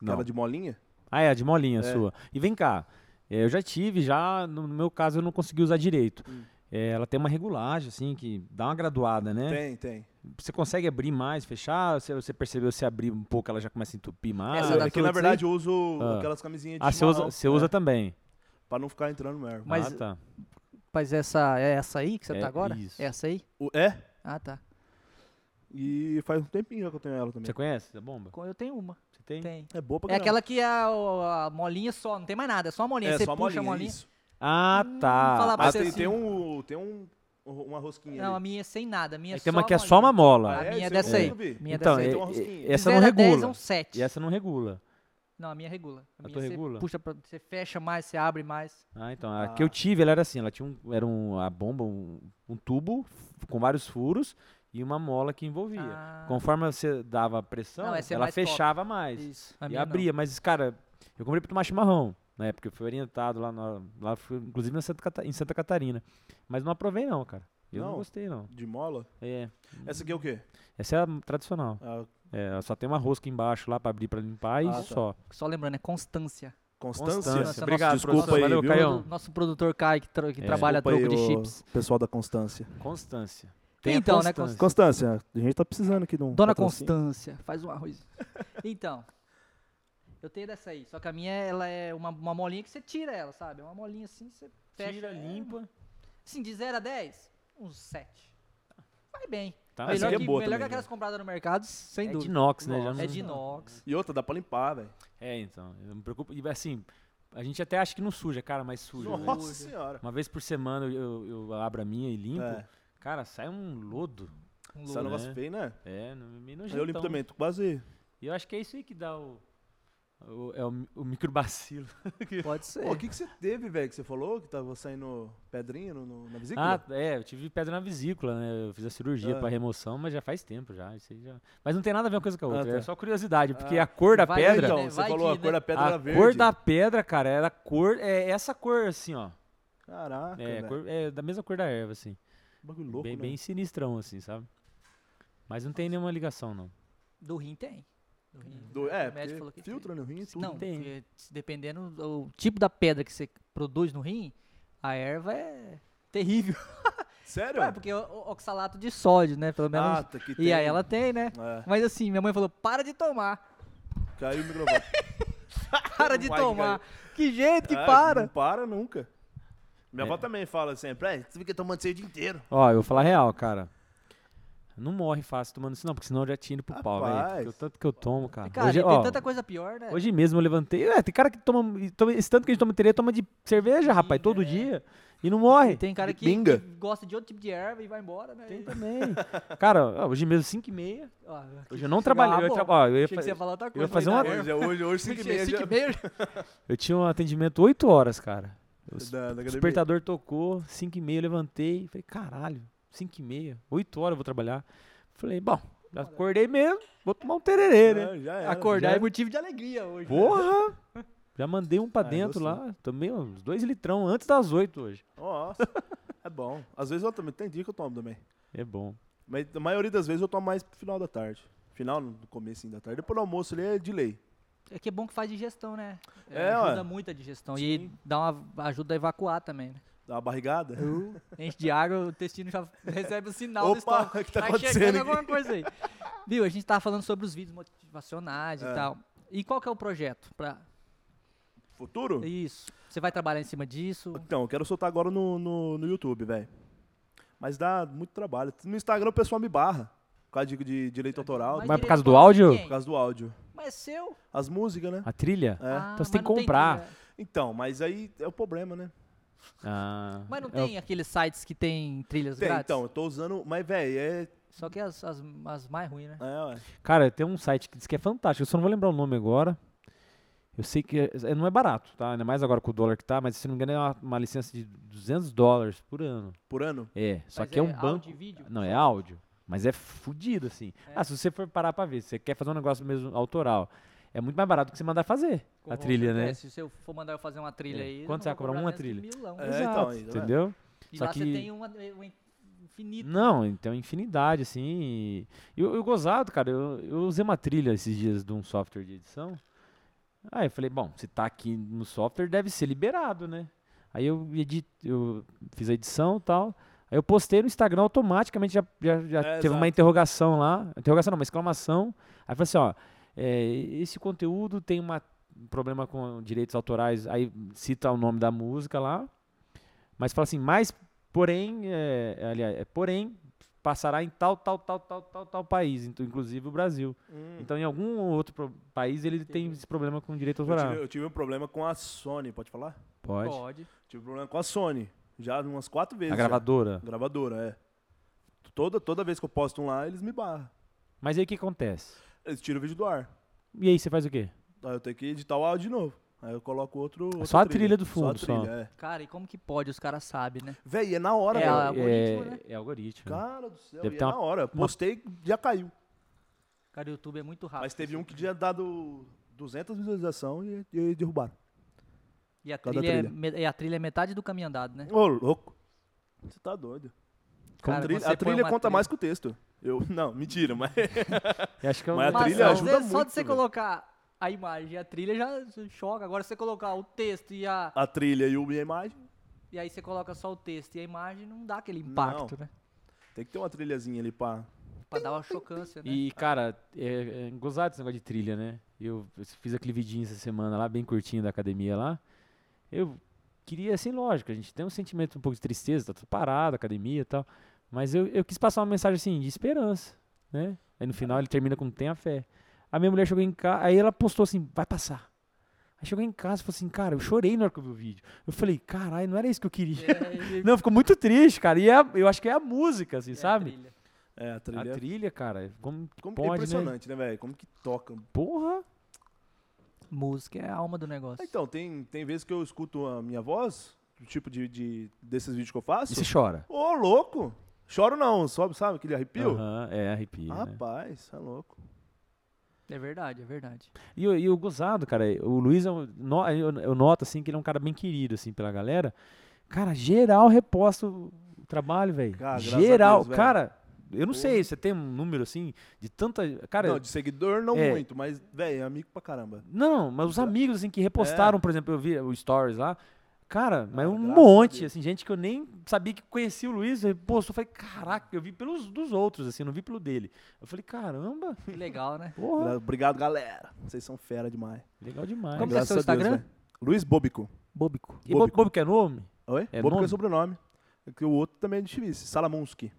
Speaker 2: Não.
Speaker 3: Aquela de molinha.
Speaker 2: Ah, é, a de molinha sua. E vem cá, é, eu já tive, já, no no meu caso, eu não consegui usar direito. É, ela tem uma regulagem, assim, que dá uma graduada, né?
Speaker 3: Tem, tem.
Speaker 2: Você consegue abrir mais, fechar? Você, você percebeu se abrir um pouco, ela já começa a entupir mais?
Speaker 1: É Essa
Speaker 3: Essa
Speaker 1: da
Speaker 3: daqui, É na
Speaker 2: Putz,
Speaker 3: verdade, eu uso
Speaker 2: Ah.
Speaker 3: aquelas camisinhas de
Speaker 2: Ah, você usa,
Speaker 3: chimarrão,
Speaker 2: você
Speaker 3: é,
Speaker 2: usa também.
Speaker 3: Pra não ficar entrando no erva.
Speaker 1: né? Mas-
Speaker 2: ah, tá.
Speaker 1: Mas essa, é essa aí que você
Speaker 2: É,
Speaker 1: tá agora?
Speaker 2: isso.
Speaker 1: Essa aí?
Speaker 3: O- É?
Speaker 1: Ah, tá.
Speaker 3: E faz um tempinho já que eu tenho ela também.
Speaker 2: Você conhece a bomba?
Speaker 1: Co- Eu tenho uma.
Speaker 2: Você tem?
Speaker 1: Tem.
Speaker 3: É boa pra
Speaker 1: É
Speaker 3: caramba.
Speaker 1: aquela que é a, a molinha só, não tem mais nada. É só a molinha.
Speaker 3: É,
Speaker 1: você
Speaker 3: só
Speaker 1: puxa
Speaker 3: molinha,
Speaker 1: a molinha.
Speaker 3: isso.
Speaker 2: Ah, tá.
Speaker 1: Hum, falar pra
Speaker 2: Ah,
Speaker 3: Mas
Speaker 1: você
Speaker 3: tem,
Speaker 1: assim.
Speaker 3: tem um... Tem um... Uma rosquinha
Speaker 1: Não, a
Speaker 3: ali.
Speaker 1: minha é sem nada. A minha é
Speaker 2: aí tem uma
Speaker 1: só
Speaker 2: que é
Speaker 1: a
Speaker 2: só uma
Speaker 1: molinha.
Speaker 2: mola.
Speaker 1: A
Speaker 3: Ah, é?
Speaker 1: minha é
Speaker 3: Isso
Speaker 1: dessa
Speaker 3: eu
Speaker 1: aí.
Speaker 3: nunca vi.
Speaker 1: Minha é
Speaker 2: Então,
Speaker 1: dessa aí.
Speaker 2: é-
Speaker 3: Tem uma rosquinha.
Speaker 2: é- essa
Speaker 1: De
Speaker 2: não
Speaker 1: 0 a 10 é
Speaker 2: regula.
Speaker 1: um 7.
Speaker 2: E essa não regula.
Speaker 1: Não, a minha regula. A minha
Speaker 2: tua
Speaker 1: você
Speaker 2: regula?
Speaker 1: Puxa pra, você fecha mais, você abre mais.
Speaker 2: Ah, então. A
Speaker 3: Ah.
Speaker 2: que eu tive, ela era assim, ela tinha um, era um, a bomba, um, um tubo f- com vários furos e uma mola que envolvia.
Speaker 1: Ah.
Speaker 2: Conforme você dava pressão,
Speaker 1: Não, essa é
Speaker 2: ela
Speaker 1: mais
Speaker 2: fechava mais
Speaker 1: Isso. A
Speaker 2: e
Speaker 1: minha não.
Speaker 2: abria. Mas, cara, eu comprei pra tomar chimarrão, né? Porque eu fui orientado lá, na, lá fui, inclusive na Santa Cata- em Santa Catarina. Mas não aprovei não, cara. Eu não,
Speaker 3: Não?
Speaker 2: gostei não.
Speaker 3: De mola?
Speaker 2: É,
Speaker 3: Essa aqui é o quê?
Speaker 2: essa é a tradicional.
Speaker 3: A
Speaker 2: É, ela só tem uma rosca embaixo lá pra abrir, pra limpar e
Speaker 3: Ah, tá.
Speaker 2: só.
Speaker 1: Só lembrando, é Constância.
Speaker 3: Constância.
Speaker 1: Constância.
Speaker 2: Obrigado,
Speaker 3: Desculpa
Speaker 2: professor.
Speaker 3: aí,
Speaker 2: Valeu,
Speaker 3: viu?
Speaker 2: Caião.
Speaker 1: Todo- Nosso produtor Kai, que, tra- que
Speaker 2: Ah. É.
Speaker 1: trabalha a
Speaker 3: Desculpa aí
Speaker 1: troco de
Speaker 3: o
Speaker 1: chips.
Speaker 3: Pessoal da Constância.
Speaker 2: Constância.
Speaker 1: Tem a Então, né, Constância.
Speaker 3: Constância, a gente tá precisando aqui de um.
Speaker 1: Dona
Speaker 3: patrocínio.
Speaker 1: Constância, faz um arroz. Então, eu tenho dessa aí. Só que a minha, ela é uma, uma molinha que você tira ela, sabe? É uma molinha assim, você fecha.
Speaker 2: Tira,
Speaker 1: é,
Speaker 2: limpa.
Speaker 1: Assim, de 0 a 10, uns 7. Vai bem.
Speaker 2: Tá,
Speaker 3: essa
Speaker 1: melhor
Speaker 3: aqui é
Speaker 1: que,
Speaker 3: boa
Speaker 1: melhor
Speaker 3: também,
Speaker 1: que aquelas compradas no mercado, sem
Speaker 2: é de
Speaker 1: dúvida.
Speaker 2: inox, né? Já
Speaker 1: é
Speaker 2: não-
Speaker 1: de inox.
Speaker 3: E outra, dá pra limpar, velho.
Speaker 2: É, então. Eu não me preocupo. E assim, a gente até acha que não suja, cara, mas suja. né?
Speaker 3: Nossa senhora.
Speaker 2: Uma vez por semana eu, eu abro a minha e limpo.
Speaker 3: É.
Speaker 2: Cara, sai um lodo.
Speaker 1: Um
Speaker 3: Isso é
Speaker 1: louro.
Speaker 3: um negócio
Speaker 2: né?
Speaker 3: feio, né?
Speaker 2: É, no- meio
Speaker 3: Aí
Speaker 2: nojentão.
Speaker 3: eu limpo também, tô quase.
Speaker 2: E eu acho que é isso aí que dá o. o- é o, mi- o microbacilo.
Speaker 1: Pode ser.
Speaker 3: Pô, o que, que você teve, velho? Que você falou que tava saindo pedrinha no, no- na vesícula?
Speaker 2: Ah, é, eu tive pedra na vesícula, né? Eu fiz a cirurgia
Speaker 3: Ah.
Speaker 2: pra remoção, mas já faz tempo já, isso aí já. Mas não tem nada a ver uma coisa com a
Speaker 3: Ah,
Speaker 2: outra, é
Speaker 3: tá.
Speaker 2: só curiosidade, porque
Speaker 3: Ah.
Speaker 2: a cor da
Speaker 1: Vai aí,
Speaker 2: pedra,
Speaker 3: então,
Speaker 1: né?
Speaker 3: você
Speaker 1: Vai
Speaker 3: falou
Speaker 1: que,
Speaker 3: a cor
Speaker 1: né?
Speaker 3: da pedra
Speaker 2: a
Speaker 3: era verde.
Speaker 2: cor da pedra, cara, era a cor, é essa cor assim, ó.
Speaker 3: Caraca,
Speaker 2: É,
Speaker 3: velho.
Speaker 2: cor- é da mesma cor da erva, assim.
Speaker 3: Bagulho louco,
Speaker 2: bem,
Speaker 3: né?
Speaker 2: bem sinistrão, assim, sabe? Mas não tem nenhuma ligação, não.
Speaker 1: Do rim tem. Do rim.
Speaker 3: Do- é,
Speaker 1: o médico falou
Speaker 3: porque
Speaker 1: que
Speaker 3: filtra no rim e tudo.
Speaker 1: Não,
Speaker 2: tem.
Speaker 1: porque se dependendo do tipo da pedra que você produz no rim, a erva é terrível.
Speaker 3: Sério?
Speaker 1: Ué, porque o, o oxalato de sódio, né? Pelo menos.
Speaker 3: Então. Ah, tá, que
Speaker 1: e
Speaker 3: tem.
Speaker 1: aí ela tem, né?
Speaker 3: É,
Speaker 1: Mas assim, minha mãe falou, para de tomar,
Speaker 3: caiu o microfone. É,
Speaker 1: para de
Speaker 3: Vai que
Speaker 1: tomar. Que jeito que
Speaker 3: Ah, Não
Speaker 1: para.
Speaker 3: para nunca. Minha
Speaker 2: É.
Speaker 3: avó também fala sempre, é, você fica tomando isso aí o dia inteiro.
Speaker 2: Ó, eu vou falar real, cara. Não morre fácil tomando isso, não, porque senão eu já tinha ido pro pau, velho.
Speaker 3: Rapaz.
Speaker 2: Porque O tanto que eu tomo, cara.
Speaker 1: Cara,
Speaker 2: Ah, hoje,
Speaker 1: tem
Speaker 2: ó,
Speaker 1: tanta coisa pior, né?
Speaker 2: hoje mesmo eu levantei. Ué, tem cara que toma, e toma- Esse tanto que a gente toma teria, toma de cerveja, rapaz, todo
Speaker 1: é.
Speaker 2: dia. E não morre.
Speaker 1: tem cara que,
Speaker 3: pinga.
Speaker 1: que gosta de outro tipo de erva e vai embora, né? E-
Speaker 2: também. cara, ó, hoje mesmo, 5 e meia.
Speaker 1: ó, que-
Speaker 2: Hoje eu não
Speaker 1: chega lá,
Speaker 2: trabalhei. Eu,
Speaker 1: bom.
Speaker 2: tra... ó, eu, ia
Speaker 1: Achei que você
Speaker 2: fa-
Speaker 1: ia falar outra
Speaker 2: eu
Speaker 1: coisa.
Speaker 2: ia fazer uma-
Speaker 3: Hoje, é hoje, hoje, 5
Speaker 1: Cinco
Speaker 3: e meia.
Speaker 2: assim
Speaker 3: já-
Speaker 1: e meia.
Speaker 2: eu tinha um atendimento 8 horas, cara. Eu
Speaker 3: da- da academia.
Speaker 2: O despertador tocou, 5 e meia, eu levantei. Falei, caralho, 5 e meia, 8 horas eu vou trabalhar. Falei, bom, já acordei mesmo, vou tomar um tererê, né?
Speaker 3: Ah, já era.
Speaker 1: Acordar
Speaker 2: Já-
Speaker 1: é motivo de alegria hoje. né?
Speaker 2: Porra! Já mandei um pra
Speaker 3: Ah,
Speaker 2: dentro
Speaker 3: gostou.
Speaker 2: lá, tomei uns dois litrão antes das 8 hoje.
Speaker 3: Nossa, é bom. Às vezes eu também, tem dia que eu tomo também.
Speaker 2: É bom.
Speaker 3: Mas a maioria das vezes eu tomo mais pro final da tarde. Final, no começo da tarde. Depois do almoço ali é de lei.
Speaker 1: É que é bom que faz digestão, né?
Speaker 3: É,
Speaker 1: ajuda
Speaker 3: ué.
Speaker 1: muito a digestão. E dá uma, ajuda a evacuar também, né?
Speaker 3: Dá uma barrigada.
Speaker 2: Uhum.
Speaker 1: Enche de água, o intestino já recebe o sinal do
Speaker 3: Opa,
Speaker 1: estômago.
Speaker 3: o que tá
Speaker 1: chegando
Speaker 3: acontecendo aqui?
Speaker 1: alguma coisa aí. Viu, a gente tava falando sobre os vídeos motivacionais e
Speaker 3: É.
Speaker 1: tal. E qual que é o projeto? Pra...
Speaker 3: Futuro?
Speaker 1: Isso. Você vai trabalhar em cima disso?
Speaker 3: Então, eu quero soltar agora no, no, no YouTube, velho. Mas dá muito trabalho. No Instagram o pessoal me barra. Por causa de, de direito autoral,
Speaker 2: Mas por causa
Speaker 1: direito
Speaker 2: do
Speaker 1: autoral de
Speaker 2: áudio?
Speaker 1: quem?
Speaker 3: por causa do áudio.
Speaker 1: Mas é seu.
Speaker 3: As músicas, né?
Speaker 2: A trilha?
Speaker 3: É.
Speaker 1: Ah,
Speaker 2: Então
Speaker 1: mas
Speaker 2: você tem que
Speaker 1: não
Speaker 2: comprar.
Speaker 1: trilha.
Speaker 3: Então, mas aí é o problema, né?
Speaker 2: Ah,
Speaker 1: mas não
Speaker 2: é o-
Speaker 1: tem aqueles sites que tem trilhas
Speaker 3: Tem,
Speaker 1: grátis?
Speaker 3: então, eu tô usando. Mas, velho, é.
Speaker 1: Só que as, as, as mais ruins, né?
Speaker 3: é ué.
Speaker 2: Cara, tem um site que diz que é fantástico, eu só não vou lembrar o nome agora. Eu sei que é- é- não é barato, tá? Ainda mais agora com o dólar que tá, mas se não me engano é uma, uma licença de 200 dólares por ano.
Speaker 3: por ano?
Speaker 2: É, só
Speaker 1: Mas
Speaker 2: que é, um
Speaker 1: áudio
Speaker 2: banco.
Speaker 1: e vídeo?
Speaker 2: Não, é áudio. Mas é fudido, assim.
Speaker 3: É.
Speaker 2: Ah, se você for parar pra ver, se você quer fazer um negócio mesmo autoral, é muito mais barato que você mandar fazer a trilha, né?
Speaker 1: Se eu for mandar eu fazer uma trilha
Speaker 2: É.
Speaker 1: aí.
Speaker 2: Quanto você vai cobrar? Uma trilha?
Speaker 1: Milão.
Speaker 3: É,
Speaker 2: Exato,
Speaker 3: então, aí, tá vendo?
Speaker 2: entendeu?
Speaker 1: E
Speaker 2: Só
Speaker 1: lá você
Speaker 2: que-
Speaker 1: tem uma, um uma infinita.
Speaker 2: Não, então infinidade, assim. E eu, eu gozado, cara, eu, eu usei uma trilha esses dias de um software de edição. Aí eu falei, bom, se tá aqui no software, deve ser liberado, né? Aí eu, edit, eu fiz a edição e tal. Aí eu postei no Instagram automaticamente, já, já, já
Speaker 3: É,
Speaker 2: teve
Speaker 3: exato.
Speaker 2: uma interrogação lá. Interrogação não, uma exclamação. Aí eu falei assim, ó, é, esse conteúdo tem uma- um problema com direitos autorais. Aí cita o nome da música lá. Mas fala assim, mas porém, é, é, aliás, é, porém, passará em tal, tal, tal, tal, tal, tal país, inclu- inclusive o Brasil.
Speaker 1: Hum.
Speaker 2: Então, em algum outro pro- país, ele tem esse problema com direito
Speaker 3: Eu
Speaker 2: autoral.
Speaker 3: tive, eu tive um problema com a Sony, pode falar?
Speaker 2: Pode.
Speaker 1: Pode.
Speaker 3: Tive um problema com a Sony. Já umas quatro vezes.
Speaker 2: A
Speaker 3: já.
Speaker 2: gravadora.
Speaker 3: Gravadora, é. Toda, toda vez que eu posto um lá, eles me barram.
Speaker 2: Mas aí o que acontece?
Speaker 3: Eles tiram o vídeo do ar.
Speaker 2: E aí você faz o quê?
Speaker 3: Aí eu tenho que editar o áudio de novo. Aí eu coloco outro. outra
Speaker 2: É só a trilha do fundo,
Speaker 3: Só a trilha,
Speaker 2: só.
Speaker 3: é.
Speaker 1: Cara, e como que pode? Os caras sabem, né?
Speaker 3: Véi, é na hora,
Speaker 1: É,
Speaker 3: velho.
Speaker 1: a- algoritmo,
Speaker 2: é,
Speaker 1: né?
Speaker 2: é algoritmo.
Speaker 3: Cara do céu,
Speaker 2: Deve
Speaker 3: e é
Speaker 2: ter uma-
Speaker 3: na hora. Postei, já caiu.
Speaker 1: Cara, o YouTube é muito rápido.
Speaker 3: Mas teve um que tinha dado 200 visualizações e, e derrubaram.
Speaker 1: E a
Speaker 3: cada
Speaker 1: trilha, é
Speaker 3: trilha.
Speaker 1: me- e a trilha é metade do caminho andado, né?
Speaker 3: Ô, louco. Você tá doido.
Speaker 1: Cara,
Speaker 3: A trilha-
Speaker 1: quando você
Speaker 3: a trilha
Speaker 1: põe uma
Speaker 3: conta mais que o texto. Eu, não, mentira, mas
Speaker 2: Eu acho que é
Speaker 3: Mas a
Speaker 2: uma-
Speaker 3: trilha
Speaker 1: às
Speaker 3: ajuda
Speaker 1: vezes, Só
Speaker 3: muito,
Speaker 1: de você
Speaker 3: velho.
Speaker 1: colocar a imagem e a trilha já choca. Agora, se você colocar o texto e a.
Speaker 3: a trilha e o- e a imagem.
Speaker 1: E aí você coloca só o texto e a imagem, não dá aquele impacto, né?
Speaker 3: Tem que ter uma trilhazinha ali pra.
Speaker 1: Pra dar uma chocância, né?
Speaker 2: E, cara, é, é gozado esse negócio de trilha, né? Eu fiz aquele vidinho essa semana lá, bem curtinho da academia lá. Eu queria, assim, lógico, a gente tem um sentimento um pouco de tristeza, tá tudo parado, academia e tal. Mas eu, eu quis passar uma mensagem, assim, de esperança, né? Aí no final ele termina com tenha fé. A minha mulher chegou em casa, aí ela postou assim, vai passar. Aí chegou em casa e falou assim, cara, eu chorei na hora que eu vi o vídeo. Eu falei, caralho, não era isso que eu queria.
Speaker 1: É, e-
Speaker 2: Não, ficou muito triste, cara. E é a- eu acho que é a música, assim,
Speaker 1: é a
Speaker 2: sabe?
Speaker 1: trilha.
Speaker 3: É, a trilha.
Speaker 2: A trilha, cara, como,
Speaker 3: Como que é
Speaker 2: pode, né?
Speaker 3: impressionante, né, velho? Como que toca.
Speaker 2: Porra!
Speaker 1: Música é a alma do negócio.
Speaker 3: Então, tem, tem vezes que eu escuto a minha voz, do tipo de, de- desses vídeos que eu faço.
Speaker 2: E você chora.
Speaker 3: Ô, louco! Choro não, sobe, sabe? Aquele arrepio.
Speaker 2: Aham, é, arrepio. né?
Speaker 3: Rapaz, é louco.
Speaker 1: É verdade, é verdade.
Speaker 2: E, o- e o gozado, cara, o Luiz, é um- no- eu, eu noto, assim, que ele é um cara bem querido, assim, pela galera. Cara, geral reposta o o trabalho, velho.
Speaker 3: Cara, graças a
Speaker 2: Geral.
Speaker 3: Deus, velho.
Speaker 2: cara, eu não
Speaker 3: Porra.
Speaker 2: sei, você tem um número, assim, de tanta... Cara,
Speaker 3: não, de seguidor não
Speaker 2: é.
Speaker 3: muito, mas, velho, é amigo pra caramba.
Speaker 2: Não, mas os amigos, assim, que repostaram, por exemplo, eu vi o Stories lá. Cara, mas
Speaker 3: É. Ah,
Speaker 2: um
Speaker 3: graças a
Speaker 2: monte,
Speaker 3: Deus.
Speaker 2: assim, gente que eu nem sabia que conhecia o Luiz, repostou. Eu falei, caraca, eu vi pelos dos outros, assim, eu não vi pelo dele. Eu falei, caramba,
Speaker 1: Que legal, né?
Speaker 2: porra,
Speaker 3: Gra- Obrigado, galera. Vocês são fera demais.
Speaker 2: legal demais.
Speaker 1: Como que é
Speaker 3: Graças
Speaker 1: seu
Speaker 3: a Deus,
Speaker 1: Instagram?
Speaker 3: velho. Luiz Bobico.
Speaker 1: Bobico.
Speaker 2: E Bob, Bob que é nome?
Speaker 3: Oi?
Speaker 2: É
Speaker 3: Bobico
Speaker 2: nome?
Speaker 3: é sobrenome. É que O outro também é de chivice. Salamunski.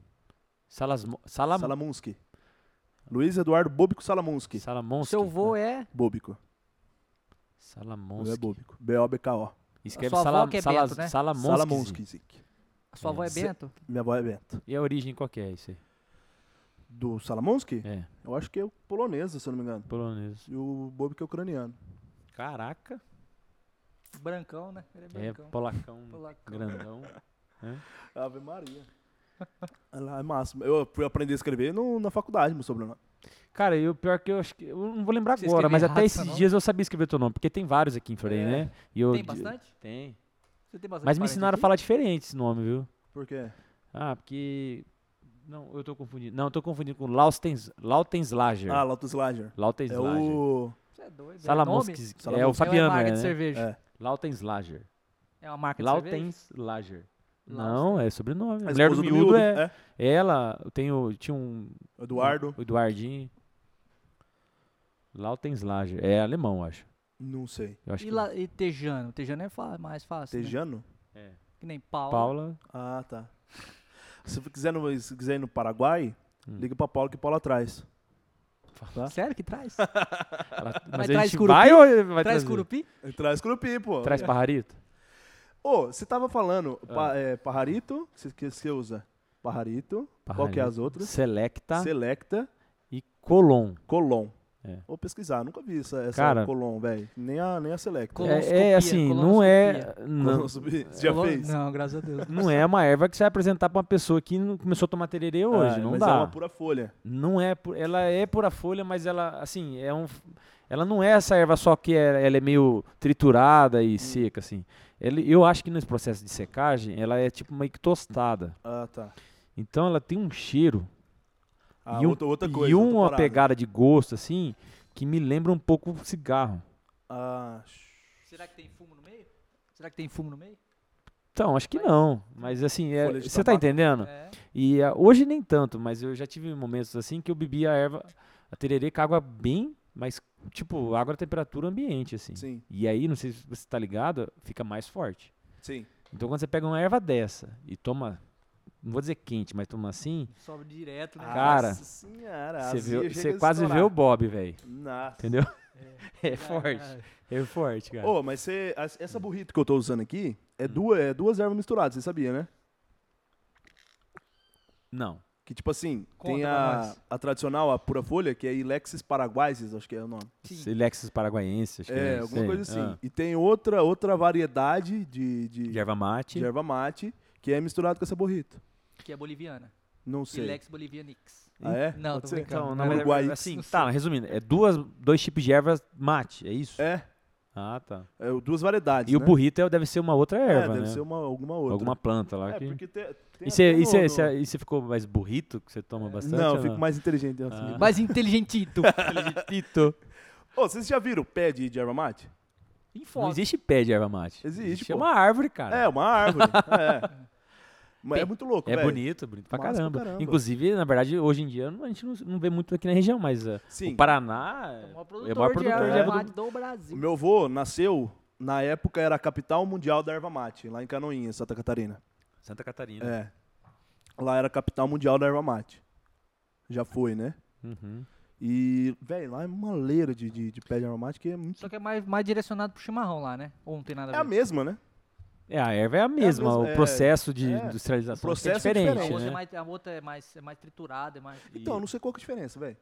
Speaker 2: Salasmo, Salam,
Speaker 3: Salamunski. Luiz Eduardo Bobico Salamunski.
Speaker 2: Salamon.
Speaker 1: Seu avô é.
Speaker 3: Bobico.
Speaker 2: Salamon.
Speaker 3: Não é Bobico. B-O-B-K-O.
Speaker 2: Escreve
Speaker 1: Sua avó
Speaker 2: Salam,
Speaker 1: que é
Speaker 2: Salas-
Speaker 1: Bento, né?
Speaker 2: Salamonski.
Speaker 3: Salamunski. Zik.
Speaker 1: A sua avó é
Speaker 3: Cê-
Speaker 1: Bento?
Speaker 3: Minha avó é Bento.
Speaker 2: E a origem qual que é isso aí?
Speaker 3: Do Salamunski?
Speaker 2: É,
Speaker 3: Eu acho que é o polonesa, se eu não me engano.
Speaker 2: polonês.
Speaker 3: E o Bobico é ucraniano.
Speaker 2: Caraca.
Speaker 1: Brancão, né? Ele é
Speaker 2: É,
Speaker 1: brancão.
Speaker 2: polacão,
Speaker 1: Polacão.
Speaker 2: grandão.
Speaker 3: Ave Maria. Ela é massa. Eu fui aprender a escrever no- na faculdade, meu sobrenome.
Speaker 2: Cara, e o pior é que eu acho que. Eu não vou lembrar
Speaker 1: Você
Speaker 2: agora,
Speaker 1: escreveu
Speaker 2: mas
Speaker 1: errado
Speaker 2: até
Speaker 1: seu
Speaker 2: esses
Speaker 1: nome?
Speaker 2: dias eu sabia escrever teu nome, porque tem vários aqui em Florei,
Speaker 3: É.
Speaker 2: né? E eu-
Speaker 1: Tem bastante?
Speaker 2: Tem.
Speaker 1: Você tem bastante
Speaker 2: Mas me
Speaker 1: parente
Speaker 2: ensinaram a
Speaker 1: aqui?
Speaker 2: falar diferente esse nome, viu?
Speaker 3: Por quê?
Speaker 2: Ah, porque. Não, eu tô confundindo. Não, eu tô confundindo com Lautens, Lautenslager.
Speaker 3: Ah, Lotus Lager. É
Speaker 2: Lautenslager.
Speaker 3: o.
Speaker 1: Você é doido.
Speaker 2: Salamonski.
Speaker 1: É, nome?
Speaker 2: É o
Speaker 3: Salamonski.
Speaker 2: Fabiano,
Speaker 1: é uma marca
Speaker 2: é,
Speaker 1: de
Speaker 2: né?
Speaker 1: cerveja.
Speaker 3: É.
Speaker 2: Lautenslager.
Speaker 1: É uma marca de cerveja?
Speaker 2: Lautenslager. Não, é sobrenome.
Speaker 3: A
Speaker 2: A mulher do
Speaker 3: esposa
Speaker 2: miúdo, é,
Speaker 3: é.
Speaker 2: Ela, eu tenho, tinha um.
Speaker 3: Eduardo.
Speaker 2: O Eduardinho. Lautenslager. É alemão, eu acho.
Speaker 3: Não sei.
Speaker 2: Eu acho
Speaker 1: E,
Speaker 2: que é.
Speaker 1: lá, e Tejano? Tejano é fa- mais fácil. né?
Speaker 3: Tejano?
Speaker 1: Que nem Paulo.
Speaker 2: Paula.
Speaker 3: Ah, tá. Se você quiser, no, se quiser ir no Paraguai,
Speaker 2: Hum.
Speaker 3: liga pra Paulo que Paulo atrás. Tá?
Speaker 1: Sério que traz?
Speaker 2: Ela-
Speaker 1: Mas
Speaker 2: Mas a
Speaker 1: traz
Speaker 2: gente
Speaker 1: curupi?
Speaker 2: vai ou ele vai
Speaker 1: traz
Speaker 2: trazer?
Speaker 1: Curupi?
Speaker 3: Ele Traz Curupi, pô.
Speaker 2: Traz Ah. parrarito?
Speaker 3: Ô, você tava falando, pa, é, Parrarito, você que você usa? Parrarito. Qual que
Speaker 2: Parrarito.
Speaker 3: é as outras?
Speaker 2: Selecta
Speaker 3: Selecta,
Speaker 2: e Colon.
Speaker 3: Colon.
Speaker 2: É.
Speaker 3: Ou pesquisar, nunca vi essa, essa
Speaker 2: Cara-
Speaker 3: Colon, velho. Nem a, nem a Select.
Speaker 1: Colon-
Speaker 2: É, é
Speaker 1: Colonoscopia,
Speaker 2: assim, não é.
Speaker 1: colonoscopia.
Speaker 2: Não, É,
Speaker 3: Você já
Speaker 1: Colo-
Speaker 3: fez?
Speaker 1: Não, graças a Deus.
Speaker 2: não é uma erva que você vai apresentar pra uma pessoa que não começou a tomar tererê hoje.
Speaker 3: Ah,
Speaker 2: não
Speaker 3: mas
Speaker 2: dá.
Speaker 3: é uma pura folha.
Speaker 2: Não é, pu- ela é pura folha, mas ela, assim, é um, ela não é essa erva só que é, ela é meio triturada
Speaker 3: Hum.
Speaker 2: e seca, assim. Ela- eu acho que nesse processo de secagem, ela é tipo meio que tostada.
Speaker 3: Ah, tá.
Speaker 2: Então ela tem um cheiro
Speaker 3: Ah,
Speaker 2: e, um-
Speaker 3: outra, outra coisa.
Speaker 2: e
Speaker 3: outra
Speaker 2: uma
Speaker 3: parada.
Speaker 2: pegada de gosto, assim, que me lembra um pouco o cigarro.
Speaker 3: Ah, sh-
Speaker 1: Será que tem fumo no meio? Será que tem fumo no meio?
Speaker 2: Então, acho que
Speaker 1: Mas-
Speaker 2: não, mas assim, é-
Speaker 3: Folha de
Speaker 2: você tá
Speaker 3: tabaco.
Speaker 2: entendendo?
Speaker 1: É.
Speaker 2: E ah, hoje nem tanto, mas eu já tive momentos assim que eu bebi a erva, a tererê com água bem, mas tipo, água à temperatura ambiente, assim.
Speaker 3: sim,
Speaker 2: E aí, não sei se você tá ligado, fica mais forte.
Speaker 3: sim.
Speaker 2: Então quando você pega uma erva dessa e toma, não vou dizer quente, mas toma assim,
Speaker 1: Sobe direto, né?
Speaker 2: Cara,
Speaker 3: Nossa senhora,
Speaker 2: você,
Speaker 3: azia
Speaker 2: vê-
Speaker 3: chega
Speaker 2: você
Speaker 3: É, a
Speaker 2: quase vê
Speaker 3: estourar.
Speaker 2: o Bob, velho.
Speaker 3: Nossa.
Speaker 2: Entendeu? É,
Speaker 1: Ah,
Speaker 2: forte. É forte, cara. Hum.
Speaker 3: Ô, mas você, as- essa burrito que eu tô usando aqui é duas, é duas ervas misturadas, você sabia, né?
Speaker 2: Não.
Speaker 3: Que tipo assim,
Speaker 1: Conta
Speaker 3: tem
Speaker 1: pra
Speaker 3: a,
Speaker 1: nós.
Speaker 3: a tradicional, a pura folha, que é Ilexis paraguaises, acho que é o nome.
Speaker 1: Sim.
Speaker 2: Silexis paraguaiense, acho que
Speaker 3: É,
Speaker 2: isso,
Speaker 3: alguma
Speaker 2: sei.
Speaker 3: coisa assim.
Speaker 2: Ah.
Speaker 3: E tem outra, outra variedade de, de,
Speaker 2: De erva mate.
Speaker 3: de erva mate que é misturado com essa burrito.
Speaker 1: Que é boliviana.
Speaker 3: Não sei.
Speaker 1: Ilex bolivianix.
Speaker 3: Ah, é?
Speaker 1: Não,
Speaker 3: Pode
Speaker 1: tô
Speaker 3: ser?
Speaker 1: brincando. né?
Speaker 2: Então,
Speaker 1: Não,
Speaker 2: na
Speaker 1: mas-
Speaker 3: Uruguai.
Speaker 2: verdade, assim, tá, resumindo, é duas, dois tipos de ervas mate, é isso?
Speaker 3: É,
Speaker 2: Ah, tá.
Speaker 3: é duas variedades,
Speaker 2: E o
Speaker 3: né?
Speaker 2: burrito é- deve ser uma outra
Speaker 3: É,
Speaker 2: erva,
Speaker 3: deve
Speaker 2: né?
Speaker 3: ser uma, alguma outra.
Speaker 2: Alguma planta lá
Speaker 3: É,
Speaker 2: que...
Speaker 3: porque tem, tem
Speaker 2: E você
Speaker 3: até
Speaker 2: e
Speaker 3: no-
Speaker 2: cê-
Speaker 3: no- É.
Speaker 2: cê- é né? e cê ficou mais burrito, que você toma bastante?
Speaker 3: Não,
Speaker 2: ou
Speaker 3: eu fico mais inteligente.
Speaker 2: Ah.
Speaker 3: assim.
Speaker 1: Mais inteligentito.
Speaker 2: Tito.
Speaker 3: Ô, vocês já viram o pé de, de erva mate?
Speaker 1: Em
Speaker 2: Não
Speaker 1: foto.
Speaker 2: existe pé de erva mate.
Speaker 3: Existe,
Speaker 2: É
Speaker 3: pô.
Speaker 2: uma árvore,
Speaker 3: É,
Speaker 2: cara.
Speaker 3: uma árvore. é. Mas é
Speaker 2: Tem-
Speaker 3: muito louco,
Speaker 2: É,
Speaker 3: velho.
Speaker 2: bonito, bonito pra
Speaker 3: Massa pra
Speaker 2: caramba.
Speaker 3: caramba.
Speaker 2: Inclusive, na verdade, hoje em dia não- a gente não, não vê muito aqui na região, mas uh,
Speaker 3: Sim.
Speaker 2: o Paraná
Speaker 1: É o maior
Speaker 2: é o
Speaker 1: produtor,
Speaker 2: maior
Speaker 1: de
Speaker 2: produtor
Speaker 1: erva
Speaker 2: de erva
Speaker 1: mate
Speaker 2: do
Speaker 1: do
Speaker 3: O
Speaker 1: Brasil.
Speaker 3: meu avô nasceu, na época era a capital mundial da erva mate, lá em Canoinha, Santa Catarina.
Speaker 2: Santa Catarina.
Speaker 3: É. Lá era a capital mundial da erva mate. Já foi, né?
Speaker 2: Uhum.
Speaker 3: E, velho, lá é uma leira de, de, de pé de erva mate que é muito.
Speaker 1: Só que é mais, mais direcionado pro chimarrão lá, né? Ou não tem nada
Speaker 3: É
Speaker 1: a
Speaker 3: a
Speaker 1: ver?
Speaker 3: mesma, né?
Speaker 2: É, a erva é a mesma,
Speaker 3: mesma,
Speaker 2: o
Speaker 3: é-
Speaker 2: processo de
Speaker 3: é.
Speaker 2: industrialização
Speaker 3: O
Speaker 2: que é
Speaker 3: processo é
Speaker 2: diferente,
Speaker 1: a outra, é
Speaker 2: né?
Speaker 1: mais, a outra é mais, é mais triturada, é mais...
Speaker 3: Então, eu não sei qual que é a diferença, velho.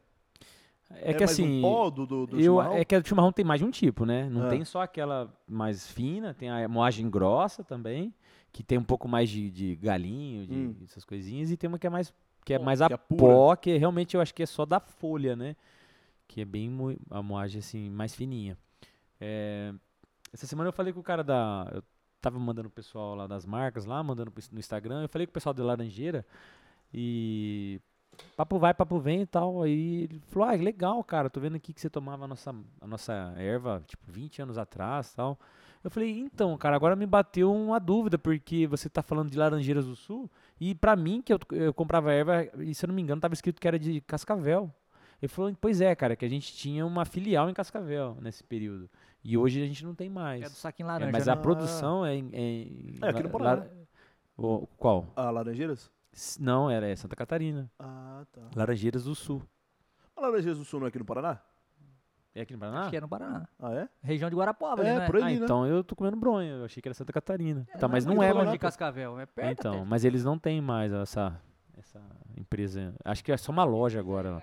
Speaker 2: É que
Speaker 3: mais
Speaker 2: assim,
Speaker 3: Um pó do, do, do
Speaker 2: eu,
Speaker 3: chimarrão?
Speaker 2: é que a do chimarrão tem mais de um tipo, né? Não
Speaker 3: Ah.
Speaker 2: tem só aquela mais fina, tem a moagem grossa também, que tem um pouco mais de, de galinho, de
Speaker 3: Hum.
Speaker 2: essas coisinhas, e tem uma que é mais que é
Speaker 1: Pó,
Speaker 2: mais a
Speaker 3: que é pura.
Speaker 2: pó, que realmente eu acho que é só da folha, né? Que é bem mo- a moagem assim mais fininha. É, essa semana eu falei com o cara da eu tava mandando o pessoal lá das marcas lá, mandando pro- no Instagram, eu falei com o pessoal de Laranjeira e papo vai, papo vem e tal. Aí ele falou: Ah, legal, cara, tô vendo aqui que você tomava a nossa, a nossa erva, tipo, 20 anos atrás tal. Eu falei: Então, cara, agora me bateu uma dúvida, porque você tá falando de Laranjeiras do Sul e pra mim, que eu, eu comprava erva, e se eu não me engano, tava escrito que era de Cascavel. Ele falou: Pois é, cara, que a gente tinha uma filial em Cascavel nesse período. E hoje a gente não tem
Speaker 1: É do
Speaker 2: mais.
Speaker 1: saquinho
Speaker 2: É,
Speaker 1: laranja.
Speaker 2: mas
Speaker 1: né?
Speaker 2: a
Speaker 3: Ah.
Speaker 2: produção é em. É, em
Speaker 3: É, aqui
Speaker 2: La-
Speaker 3: no Paraná.
Speaker 2: La- o- qual?
Speaker 3: Ah, Laranjeiras?
Speaker 2: S- Não, era é Santa Catarina.
Speaker 3: Ah, tá.
Speaker 2: Laranjeiras do Sul.
Speaker 3: A Laranjeiras do Sul não é aqui no Paraná?
Speaker 2: É aqui no
Speaker 1: Acho
Speaker 2: Paraná?
Speaker 1: que é no Paraná.
Speaker 3: Ah, é?
Speaker 1: Região de Guarapova,
Speaker 3: É,
Speaker 1: ali, não é?
Speaker 3: por aí,
Speaker 2: Ah,
Speaker 3: né?
Speaker 2: então eu tô comendo bronha. Eu achei que era Santa Catarina. tá, mas
Speaker 3: mas
Speaker 2: não
Speaker 3: eu
Speaker 2: é,
Speaker 3: tô
Speaker 1: longe
Speaker 2: mano.
Speaker 3: lá,
Speaker 1: de Cascavel, é perto até.
Speaker 2: Então, mas eles não têm mais essa, essa empresa. Acho que é só uma loja agora. lá.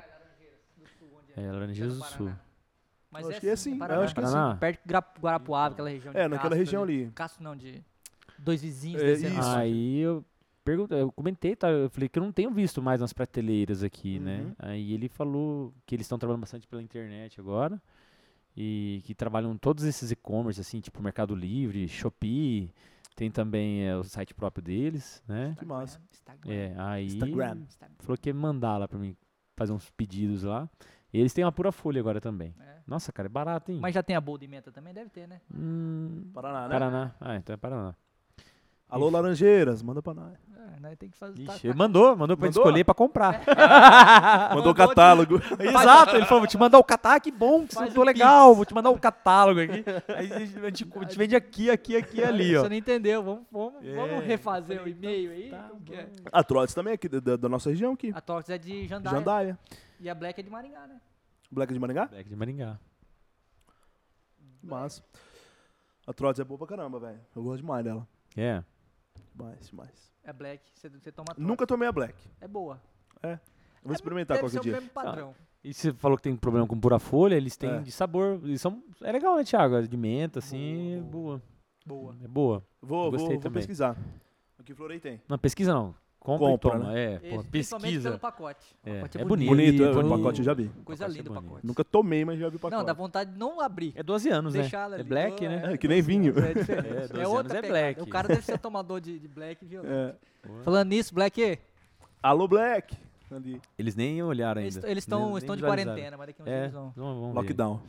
Speaker 2: É, Laranjeiras do Sul.
Speaker 1: Mas
Speaker 3: Eu acho que é assim, eu
Speaker 1: Paraná.
Speaker 3: acho que é assim.
Speaker 2: Paraná?
Speaker 1: Perto de Gra- Guarapuava, aquela região de
Speaker 3: É, naquela
Speaker 1: Castro
Speaker 3: região ali.
Speaker 1: Castro não, de dois vizinhos.
Speaker 3: É,
Speaker 1: descendo.
Speaker 3: Isso.
Speaker 2: Aí eu perguntei, eu comentei, tá? Eu falei que eu não tenho visto mais nas prateleiras aqui, né?
Speaker 3: Uhum.
Speaker 2: Aí ele falou que eles estão trabalhando bastante pela internet agora. E que trabalham todos esses e-commerce, assim, tipo Mercado Livre, Shopee, tem também é, o site próprio deles, né?
Speaker 3: Que massa.
Speaker 1: Instagram.
Speaker 2: É, aí
Speaker 3: Instagram.
Speaker 1: Instagram.
Speaker 2: falou que ia me mandar lá pra mim fazer uns pedidos lá. E eles têm uma pura folha agora também.
Speaker 1: É.
Speaker 2: Nossa, cara, é barato, hein?
Speaker 1: Mas já tem a boa de menta também? Deve ter, né?
Speaker 2: Hum,
Speaker 3: Paraná, né?
Speaker 2: Paraná. Ah, então é Paraná.
Speaker 1: Tá
Speaker 3: Alô, Laranjeiras, manda pra nós.
Speaker 1: É, né? Tem que fazer. tá-
Speaker 2: Ixi, ele mandou, mandou pra gente
Speaker 3: Mandou?
Speaker 2: escolher pra comprar. Ah,
Speaker 3: Mandou o catálogo.
Speaker 2: Exato, ele falou, vou te mandar o catálogo, que bom, que você
Speaker 1: Faz
Speaker 2: não tô
Speaker 1: o
Speaker 2: legal,
Speaker 1: Pix.
Speaker 2: vou te mandar o catálogo aqui. Aí a gente, a gente- a gente vende aqui, aqui,
Speaker 1: É
Speaker 2: aqui e ali, ó.
Speaker 1: Você não entendeu. Vamos, vamos, vamos
Speaker 2: É.
Speaker 1: refazer o e-mail aí.
Speaker 2: tá
Speaker 1: como que é?
Speaker 3: A Trotes também é aqui, da, da nossa região aqui.
Speaker 1: A Torx é de Jandaia.
Speaker 3: Jandaia.
Speaker 1: E a Black é de Maringá, né?
Speaker 3: Black de Maringá?
Speaker 2: Black de Maringá.
Speaker 3: Massa. A Trotes é boa pra caramba, velho. Eu gosto demais dela.
Speaker 2: É.
Speaker 3: Demais, demais.
Speaker 1: É Black. Você, você toma Torx.
Speaker 3: Nunca tomei a Black.
Speaker 1: É boa.
Speaker 3: É. Eu Vou experimentar
Speaker 1: Deve ser
Speaker 2: um
Speaker 3: qualquer
Speaker 1: o prêmio
Speaker 3: dia.
Speaker 1: padrão.
Speaker 2: E você falou que tem problema com pura folha, eles têm
Speaker 3: É.
Speaker 2: de sabor. Eles são, é legal, né, Thiago? É De menta, assim, é boa.
Speaker 1: Boa.
Speaker 2: É boa.
Speaker 3: Vou,
Speaker 2: Gostei
Speaker 3: vou, vou
Speaker 2: também.
Speaker 3: pesquisar. Aqui em Florei tem.
Speaker 2: Não, pesquisa não. Compra,
Speaker 3: Compra, né?
Speaker 2: e toma. É,
Speaker 1: E
Speaker 2: pô,
Speaker 1: Principalmente pelo
Speaker 2: pesquisa.
Speaker 1: pacote. O
Speaker 2: É,
Speaker 1: pacote
Speaker 2: é bonito.
Speaker 1: bonito.
Speaker 2: Bonito,
Speaker 3: é,
Speaker 2: bonito.
Speaker 3: o pacote eu já vi.
Speaker 1: Coisa
Speaker 2: pacote é
Speaker 1: linda o
Speaker 2: bonito.
Speaker 1: pacote.
Speaker 3: Nunca tomei, mas já vi o pacote.
Speaker 1: Não, dá vontade de não abrir.
Speaker 2: É 12 anos, né?
Speaker 1: Deixar ela
Speaker 2: É
Speaker 1: ali.
Speaker 2: black,
Speaker 1: Oh,
Speaker 2: né?
Speaker 3: É, que nem vinho.
Speaker 1: É diferente.
Speaker 2: É, 12
Speaker 1: É outra
Speaker 2: anos é
Speaker 1: pegada.
Speaker 2: black.
Speaker 1: O cara deve ser tomador de, de black, viu?
Speaker 3: É.
Speaker 1: Falando nisso, Black, eles
Speaker 3: Alô, Black! Ali.
Speaker 2: Eles nem olharam ainda.
Speaker 1: eles tão-
Speaker 2: nem-
Speaker 1: estão
Speaker 2: nem
Speaker 1: de
Speaker 2: visualizaram.
Speaker 1: quarentena, mas daqui a uns dias
Speaker 2: É,
Speaker 1: eles vão.
Speaker 2: vamos, vamos ver.
Speaker 3: Lockdown.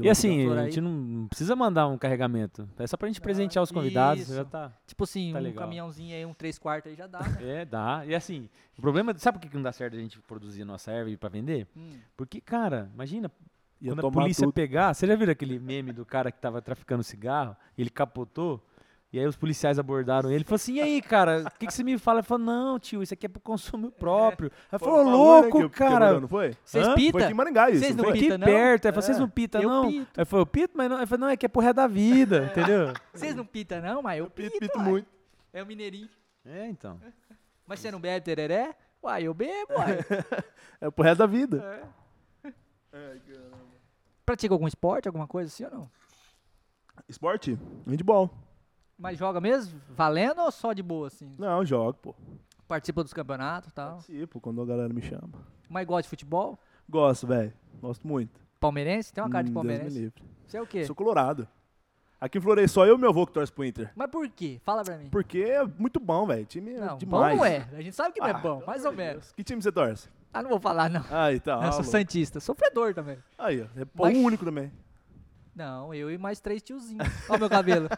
Speaker 2: E assim,
Speaker 1: Doutor,
Speaker 2: a
Speaker 1: aí-
Speaker 2: gente não precisa mandar um carregamento. É só pra gente presentear os convidados.
Speaker 1: isso.
Speaker 2: Já tá.
Speaker 1: Tipo assim,
Speaker 2: Tá
Speaker 1: um
Speaker 2: legal.
Speaker 1: caminhãozinho aí, um 3 quartos aí já dá, né?
Speaker 2: É, dá. E assim, o problema. Sabe por que que não dá certo a gente produzir nossa erva e ir pra vender?
Speaker 1: Hum.
Speaker 2: Porque, cara, imagina,
Speaker 3: Ia
Speaker 2: quando a
Speaker 3: tomar
Speaker 2: polícia
Speaker 3: tudo.
Speaker 2: pegar, você já viu aquele meme do cara que tava traficando cigarro, ele capotou, e aí os policiais abordaram ele, falou assim, e aí, cara, o que, que você me fala? Ele falou, não, tio, isso aqui é pro consumo próprio.
Speaker 1: É.
Speaker 2: Aí falou, ô,
Speaker 3: Foi
Speaker 2: louco,
Speaker 3: Valor, né, que- que
Speaker 2: cara,
Speaker 3: quebrou, Não foi?
Speaker 1: Vocês
Speaker 2: Hã?
Speaker 3: Foi
Speaker 1: pita?
Speaker 3: aqui em Maringá isso.
Speaker 1: Vocês
Speaker 3: não
Speaker 1: não
Speaker 3: foi?
Speaker 2: aqui
Speaker 1: pita, não? É.
Speaker 2: perto. Aí falou, vocês não pita,
Speaker 1: Eu
Speaker 2: não?
Speaker 1: pito.
Speaker 2: Aí falou, eu pito, mas não. Aí falou, não, é que é pro resto da vida, entendeu?
Speaker 1: Vocês não pita não, mas eu pito.
Speaker 3: Pito, pito
Speaker 1: uai.
Speaker 3: muito.
Speaker 1: É o mineirinho.
Speaker 2: É, então.
Speaker 1: Mas você não bebe tereré? Uai, eu bebo, uai.
Speaker 3: É pro resto da vida.
Speaker 1: Pratica algum esporte, alguma coisa assim ou não?
Speaker 3: Esporte? Handball.
Speaker 1: Mas joga mesmo? Valendo ou só de boa, assim?
Speaker 3: Não, jogo, pô.
Speaker 1: Participa dos campeonatos e tal.
Speaker 3: Participo quando a galera me chama.
Speaker 1: Mas gosta de futebol?
Speaker 3: Gosto, velho. Gosto muito.
Speaker 1: Palmeirense? Tem uma cara de
Speaker 3: Hum, Deus me
Speaker 1: palmeirense.
Speaker 3: livre.
Speaker 1: Você é o quê?
Speaker 3: Sou colorado. Aqui em Florei, só eu e meu avô que torce pro Inter.
Speaker 1: Mas por quê? Fala pra mim.
Speaker 3: Porque é muito bom, velho. Time é
Speaker 1: Não,
Speaker 3: demais.
Speaker 1: bom não é. A gente sabe que não
Speaker 3: Ah,
Speaker 1: é bom,
Speaker 3: pelo
Speaker 1: mais
Speaker 3: amor
Speaker 1: ou
Speaker 3: de
Speaker 1: menos.
Speaker 3: Deus. Que time você torce?
Speaker 1: Ah, não vou falar, não.
Speaker 3: Aí, tá.
Speaker 1: eu sou
Speaker 3: alô.
Speaker 1: santista. Sofredor também.
Speaker 3: Aí, ó. É
Speaker 1: Mas-
Speaker 3: o único também.
Speaker 1: Não, eu e mais três tiozinhos. Olha o meu cabelo.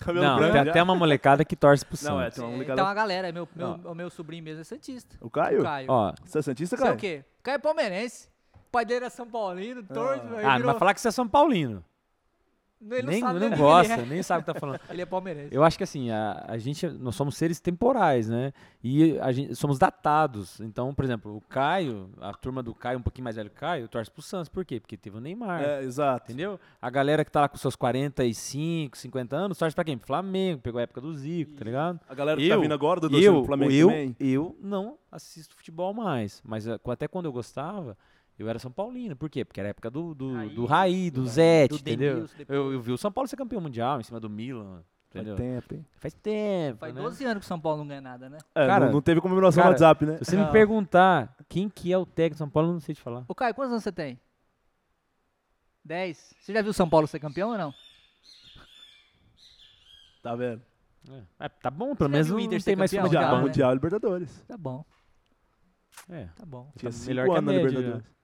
Speaker 3: Cabelo
Speaker 2: Não,
Speaker 3: branco.
Speaker 2: tem
Speaker 3: já.
Speaker 2: até uma molecada que torce pro
Speaker 3: Não, é,
Speaker 2: Santos.
Speaker 3: tem uma
Speaker 1: É,
Speaker 3: molecada.
Speaker 1: então a galera, meu, meu, o meu sobrinho mesmo é Santista.
Speaker 2: um
Speaker 3: O Caio?
Speaker 1: O Caio.
Speaker 2: Ó,
Speaker 3: Você é Santista,
Speaker 1: Você é
Speaker 3: Caio?
Speaker 1: o quê? O Caio é palmeirense. O pai dele é São Paulino, torce.
Speaker 3: Ah.
Speaker 1: ele
Speaker 2: ah, não
Speaker 1: virou-
Speaker 2: vai falar que você é São Paulino.
Speaker 1: ele não
Speaker 2: nem
Speaker 1: sabe
Speaker 2: não
Speaker 1: nem quem
Speaker 2: gosta,
Speaker 1: Ele
Speaker 2: nem sabe o que tá falando.
Speaker 1: é, ele é palmeirense.
Speaker 2: Eu acho que assim, a, a gente, nós somos seres temporais, né? E a gente, somos datados. Então, por exemplo, o Caio, a turma do Caio, um pouquinho mais velho que o Caio, torce pro Santos. Por quê? Porque teve o Neymar.
Speaker 3: É, exato.
Speaker 2: Entendeu? A galera que tá lá com seus 45, 50 anos, torce pra quem? Pro Flamengo, pegou a época do Zico, tá ligado?
Speaker 3: A galera que tá vindo agora do torcedor
Speaker 2: eu,
Speaker 3: do Flamengo
Speaker 2: eu,
Speaker 3: também.
Speaker 2: eu não assisto futebol mais. Mas eh, até quando eu gostava, eu era São Paulino. Por quê? Porque era a época do, do,
Speaker 1: Raí,
Speaker 2: do Raí, do,
Speaker 1: do-
Speaker 2: Zete,
Speaker 1: do
Speaker 2: entendeu?
Speaker 1: Denilson depois.
Speaker 2: Eu, eu vi o São Paulo ser campeão mundial em cima do Milan, entendeu?
Speaker 3: Faz tempo, hein?
Speaker 2: Faz tempo,
Speaker 1: Faz
Speaker 2: né?
Speaker 1: 12 anos que o São Paulo não ganha nada, né?
Speaker 3: É,
Speaker 2: Cara,
Speaker 3: não, não teve comemoração
Speaker 2: cara,
Speaker 3: no WhatsApp, né?
Speaker 2: Se você
Speaker 1: Não.
Speaker 2: me perguntar quem que é o técnico do São Paulo, eu não sei te falar.
Speaker 1: Ô, Caio, quantos anos você tem? 10. Você já viu o São Paulo ser campeão ou não?
Speaker 3: Tá vendo?
Speaker 2: É. Ah, tá bom,
Speaker 1: Você já
Speaker 2: pelo menos
Speaker 1: viu o
Speaker 2: não,
Speaker 1: Inter
Speaker 2: não
Speaker 1: ser
Speaker 2: tem mais
Speaker 1: campeão
Speaker 2: fama de
Speaker 1: já,
Speaker 3: Já,
Speaker 2: banco.
Speaker 3: Mundial e Libertadores.
Speaker 1: Tá bom,
Speaker 2: É.
Speaker 1: tá bom.
Speaker 3: Tinha
Speaker 2: Tá
Speaker 3: cinco
Speaker 2: melhor que a
Speaker 3: anos na
Speaker 2: média, né?
Speaker 3: Libertadores.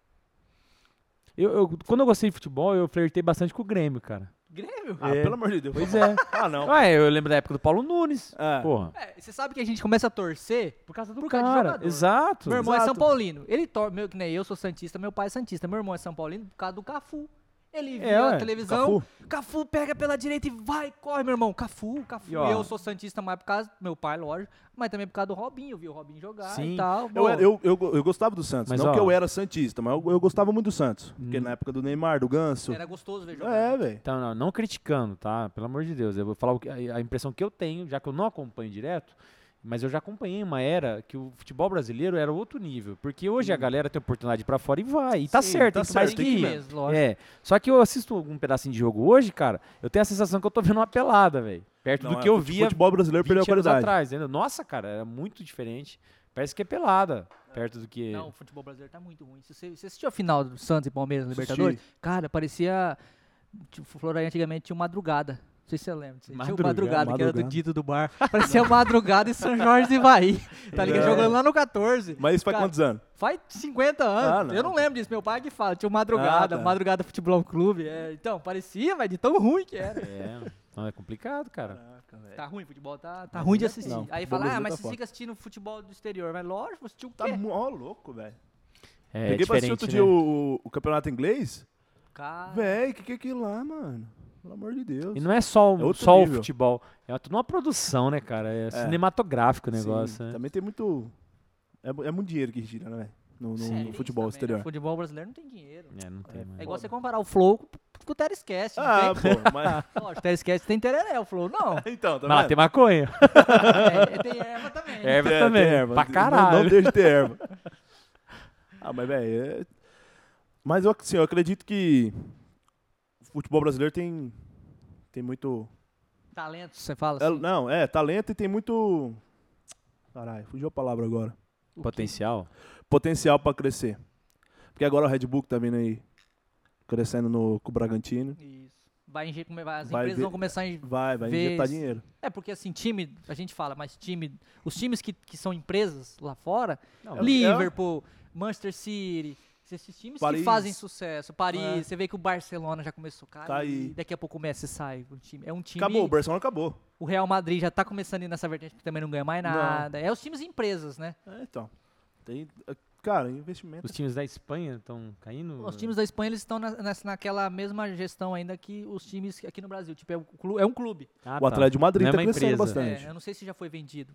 Speaker 2: Eu, eu- quando eu gostei de futebol, eu flertei bastante com o Grêmio, cara.
Speaker 1: Grêmio?
Speaker 3: Ah, pelo amor de Deus.
Speaker 2: Pois é.
Speaker 3: Ah, não.
Speaker 2: Ué, eu lembro da época do Paulo Nunes.
Speaker 3: É.
Speaker 2: Porra.
Speaker 1: É, você sabe que a gente começa a torcer
Speaker 2: Por causa do
Speaker 1: Por causa de
Speaker 2: cara.
Speaker 1: jogador.
Speaker 2: Exato.
Speaker 1: Meu irmão é São
Speaker 2: Exato.
Speaker 1: Paulino. Ele torce, meu, que nem eu sou Santista, meu pai é Santista. Meu irmão é São Paulino por causa do Cafu. Ele via a
Speaker 2: ué,
Speaker 1: televisão. Cafu. pega pela direita e vai, corre, meu irmão. Cafu, Cafu.
Speaker 2: E, ó,
Speaker 1: eu sou Santista mais por causa do meu pai, lógico, mas também por causa do Robinho. Eu vi o Robinho jogar e
Speaker 2: Sim.
Speaker 1: tal.
Speaker 3: Eu,
Speaker 1: Bom,
Speaker 3: era- eu, eu, eu gostava do Santos.
Speaker 2: Mas,
Speaker 3: não
Speaker 2: ó. Hum.
Speaker 3: que eu era Santista, mas eu, eu gostava muito do Santos. Porque na época do Neymar, do Ganso.
Speaker 1: Era gostoso ver jogar.
Speaker 3: É, velho.
Speaker 2: Então, não, não criticando, tá? Pelo amor de Deus. Eu vou falar o que- a, a impressão que eu tenho, já que eu não acompanho direto, mas eu já acompanhei uma era que o futebol brasileiro era outro nível. Porque hoje a galera tem oportunidade de ir pra fora e vai. E tá
Speaker 1: Sim,
Speaker 2: certo,
Speaker 3: tá
Speaker 2: tem que mais
Speaker 3: certo,
Speaker 2: que
Speaker 3: tem que
Speaker 2: ir.
Speaker 1: mesmo, lógico.
Speaker 2: É. Só que eu assisto algum pedacinho de jogo hoje, cara, eu tenho a sensação que eu tô vendo uma pelada, velho. Perto
Speaker 3: Não,
Speaker 2: do
Speaker 3: é,
Speaker 2: que eu
Speaker 3: fute-
Speaker 2: via
Speaker 3: futebol brasileiro
Speaker 2: 20
Speaker 3: perdeu a
Speaker 2: anos
Speaker 3: qualidade.
Speaker 2: atrás. entendeu? Nossa, cara, era muito diferente. Parece que é pelada. Perto do que.
Speaker 1: Não, o futebol brasileiro tá muito ruim. Se você, você assistiu a final do Santos e Palmeiras na
Speaker 3: Assisti.
Speaker 1: Libertadores? Cara, parecia. Tipo, o Floresta antigamente tinha o madrugada. Não sei se você lembra. disso aí. tinha o
Speaker 2: Madrugada,
Speaker 1: madrugada, que era do
Speaker 3: madrugada.
Speaker 1: dito do bar. Parecia madrugada e São Jorge e Bahia. Tá ligado?
Speaker 3: É.
Speaker 1: Jogando lá no 14.
Speaker 3: Mas isso faz
Speaker 1: Cara,
Speaker 3: quantos anos?
Speaker 1: Faz 50
Speaker 3: Ah,
Speaker 1: anos.
Speaker 3: não.
Speaker 1: Eu não lembro disso. Meu pai que fala. Tinha o madrugada,
Speaker 3: Ah, tá.
Speaker 1: madrugada futebol clube. É, então, parecia, velho, de tão ruim que era.
Speaker 2: É, não, é complicado, cara.
Speaker 1: Tá ruim, futebol tá, tá ruim de assistir.
Speaker 3: É. Não,
Speaker 1: aí fala,
Speaker 3: futebol
Speaker 1: ah,
Speaker 3: brasileiro
Speaker 1: mas
Speaker 3: tá
Speaker 1: você
Speaker 3: foda.
Speaker 1: fica assistindo futebol do exterior. Mas lógico, assistiu o
Speaker 3: Tá
Speaker 1: quê?
Speaker 3: mu- ó, louco, velho.
Speaker 2: É,
Speaker 3: Peguei pra assistir
Speaker 2: diferente,
Speaker 3: outro
Speaker 2: né?
Speaker 3: dia o, o campeonato inglês.
Speaker 1: Cara,
Speaker 3: Véi, o que, que é aquilo lá, mano? Pelo amor de Deus.
Speaker 2: E não é só, o-
Speaker 3: É outro
Speaker 2: só o
Speaker 3: nível.
Speaker 2: futebol. É toda uma produção, né, cara? É, cinematográfico o
Speaker 3: Sim,
Speaker 2: negócio. né?
Speaker 3: Também tem muito. É, mu- é muito dinheiro que gira, né, velho? No, no-
Speaker 1: é
Speaker 3: no
Speaker 1: isso
Speaker 3: futebol
Speaker 1: também, né?
Speaker 3: exterior.
Speaker 1: Futebol brasileiro não tem dinheiro.
Speaker 2: É, não tem mais.
Speaker 1: É igual você
Speaker 3: Foda.
Speaker 1: comparar o Flow com com o Terry Esquece.
Speaker 3: Ah,
Speaker 1: não tem?
Speaker 3: pô, mas.
Speaker 1: Lógico, o Terry Esquece tem tereré, o Flow não.
Speaker 3: Então, tá
Speaker 2: Mas lá
Speaker 3: vendo?
Speaker 2: tem maconha.
Speaker 1: É, tem erva também.
Speaker 2: Erva
Speaker 3: É, tem
Speaker 2: também.
Speaker 3: erva.
Speaker 2: Pra
Speaker 3: Não-
Speaker 2: caralho.
Speaker 3: Não, deixa de ter erva. Ah, mas, velho. é- Mas eu, ac- assim, eu acredito que o futebol brasileiro tem, tem muito.
Speaker 1: Talento, você fala
Speaker 3: é,
Speaker 1: assim.
Speaker 3: não, é, talento e tem muito. Caralho, fugiu a palavra agora.
Speaker 1: O
Speaker 2: Potencial.
Speaker 3: Potencial pra crescer. Porque agora o Red Bull que tá vindo aí crescendo no, com o Bragantino.
Speaker 1: quê? Isso. Vai enje- come- vai- as
Speaker 3: Vai
Speaker 1: empresas
Speaker 3: ver-
Speaker 1: vão começar a. enje-
Speaker 3: Vai, vai
Speaker 1: Vê
Speaker 3: injetar
Speaker 1: isso.
Speaker 3: dinheiro.
Speaker 1: É porque assim, time, a gente fala, mas time. Os times que, que são empresas lá fora,
Speaker 2: Não,
Speaker 3: É,
Speaker 1: Liverpool, Manchester City, esses times
Speaker 3: Paris.
Speaker 1: que fazem sucesso. Paris,
Speaker 3: É.
Speaker 1: você vê que o Barcelona já começou, cara.
Speaker 3: Tá
Speaker 1: e
Speaker 3: aí.
Speaker 1: daqui a pouco o Messi sai. O time. É um time.
Speaker 3: Acabou, o Barcelona acabou.
Speaker 1: O Real Madrid já tá começando a ir nessa vertente, porque também não ganha mais
Speaker 3: Não.
Speaker 1: nada. É os times empresas, né?
Speaker 3: É, então. Tem, é, cara, investimento.
Speaker 2: Os times da Espanha estão caindo.
Speaker 3: Uhum.
Speaker 1: Os times da Espanha eles estão na, nessa- naquela mesma gestão ainda que os times aqui no Brasil. Tipo, é, o clu- é um clube.
Speaker 2: Ah,
Speaker 3: O Atlético de Madrid
Speaker 2: Não é
Speaker 3: tá
Speaker 2: uma
Speaker 3: crescendo
Speaker 2: empresa.
Speaker 3: bastante.
Speaker 1: É, eu não sei se já foi vendido.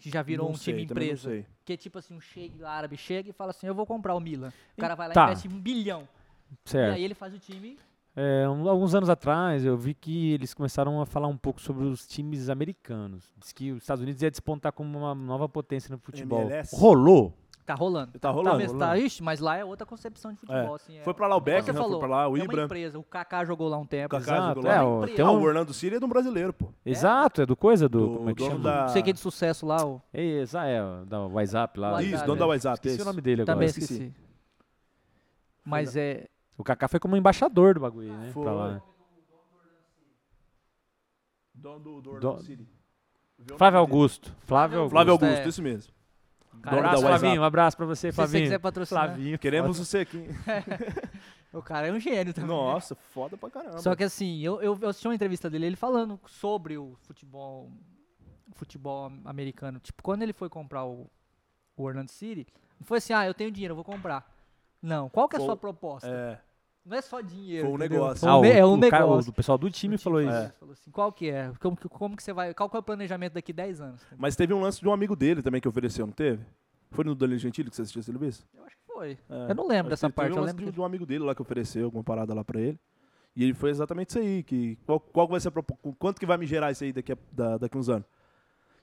Speaker 1: Que já virou
Speaker 3: Não
Speaker 1: um
Speaker 3: sei,
Speaker 1: time
Speaker 3: também não
Speaker 1: empresa.
Speaker 3: sei.
Speaker 1: Que é tipo assim, um sheik árabe chega e fala assim, eu vou comprar o Milan. O cara vai lá
Speaker 2: Tá.
Speaker 1: e investe um bilhão. E
Speaker 2: Certo.
Speaker 1: aí ele faz o time.
Speaker 2: É, um- alguns anos atrás eu vi que eles começaram a falar um pouco sobre os times americanos. Diz que os Estados Unidos ia despontar como uma nova potência no futebol.
Speaker 3: MLS?
Speaker 2: Rolou.
Speaker 1: Tá rolando.
Speaker 3: Tá
Speaker 1: Tá,
Speaker 3: rolando.
Speaker 1: mesmo, tá, ixi, mas lá é outra concepção de futebol. Assim, é,
Speaker 3: Foi pra lá o
Speaker 1: Como
Speaker 3: Beck,
Speaker 1: você
Speaker 3: né? Foi
Speaker 1: falou,
Speaker 3: pra lá o
Speaker 1: é uma
Speaker 3: Ibra.
Speaker 1: empresa. O Kaká jogou lá um tempo.
Speaker 3: Kaká jogou lá.
Speaker 2: É,
Speaker 1: É
Speaker 2: ó,
Speaker 1: uma
Speaker 2: tem
Speaker 1: empresa.
Speaker 3: Ah,
Speaker 2: um-
Speaker 3: o Orlando City é de um brasileiro, pô.
Speaker 2: Exato, é do coisa do.
Speaker 3: Do-
Speaker 2: como é que
Speaker 3: dono
Speaker 2: chama?
Speaker 3: da-
Speaker 1: Não sei que é de sucesso lá. o-
Speaker 2: É, exa- é, ó, da WhatsApp lá.
Speaker 1: WhatsApp. Tá
Speaker 3: Isso, dono da WhatsApp.
Speaker 2: Esqueci
Speaker 3: esse.
Speaker 2: o nome dele agora.
Speaker 1: Também
Speaker 3: esqueci.
Speaker 1: esqueci. Mas é...
Speaker 2: O Kaká foi como embaixador do bagulho, né?
Speaker 3: Foi.
Speaker 2: pra lá.
Speaker 3: Dono do, do
Speaker 2: Do-
Speaker 3: Orlando City. Vê o nome
Speaker 2: Flávio
Speaker 3: dele.
Speaker 2: Augusto. Flávio Augusto.
Speaker 3: Flávio
Speaker 1: Augusto,
Speaker 3: Augusto,
Speaker 1: é.
Speaker 3: isso mesmo.
Speaker 1: Cara,
Speaker 3: Dono da
Speaker 2: abraço,
Speaker 3: WhatsApp.
Speaker 2: Flavinho. Um abraço pra você,
Speaker 1: Se você quiser
Speaker 2: Flavinho.
Speaker 1: patrocinar,
Speaker 2: Flavinho.
Speaker 3: Queremos
Speaker 2: foda.
Speaker 3: você aqui.
Speaker 1: o cara é um gênio também.
Speaker 3: Nossa, foda pra caramba.
Speaker 1: Só que assim, eu, eu, eu assisti uma entrevista dele, ele falando sobre o futebol futebol am- americano. Tipo, quando ele foi comprar o, o Orlando City, não foi assim, ah, eu tenho dinheiro, eu vou comprar. Não, qual que é a
Speaker 3: Foi-
Speaker 1: sua proposta?
Speaker 3: É,
Speaker 1: Não é só dinheiro.
Speaker 3: Foi um
Speaker 1: entendeu?
Speaker 3: negócio.
Speaker 1: Foi um ne- é um
Speaker 2: Ah, o, cara- o
Speaker 1: negócio.
Speaker 2: pessoal do time
Speaker 1: O
Speaker 2: falou
Speaker 1: falou
Speaker 2: isso.
Speaker 1: Falou assim, qual que é? Como, que- como que você vai. Qual que é o planejamento daqui 10 anos?
Speaker 3: mas teve um lance de um amigo dele também que ofereceu, não teve? Foi no Danilo Gentili que você assistiu essa entrevista?
Speaker 1: Eu acho que foi.
Speaker 3: É.
Speaker 1: Eu não lembro
Speaker 3: Acho
Speaker 1: dessa
Speaker 3: que teve
Speaker 1: parte,
Speaker 3: um
Speaker 1: eu
Speaker 3: lance
Speaker 1: lembro
Speaker 3: de,
Speaker 1: que-
Speaker 3: de um amigo dele lá que ofereceu alguma parada lá pra ele. E ele foi exatamente isso aí, que qual, qual vai ser a propo- quanto que vai me gerar isso aí daqui a, da- daqui a uns anos.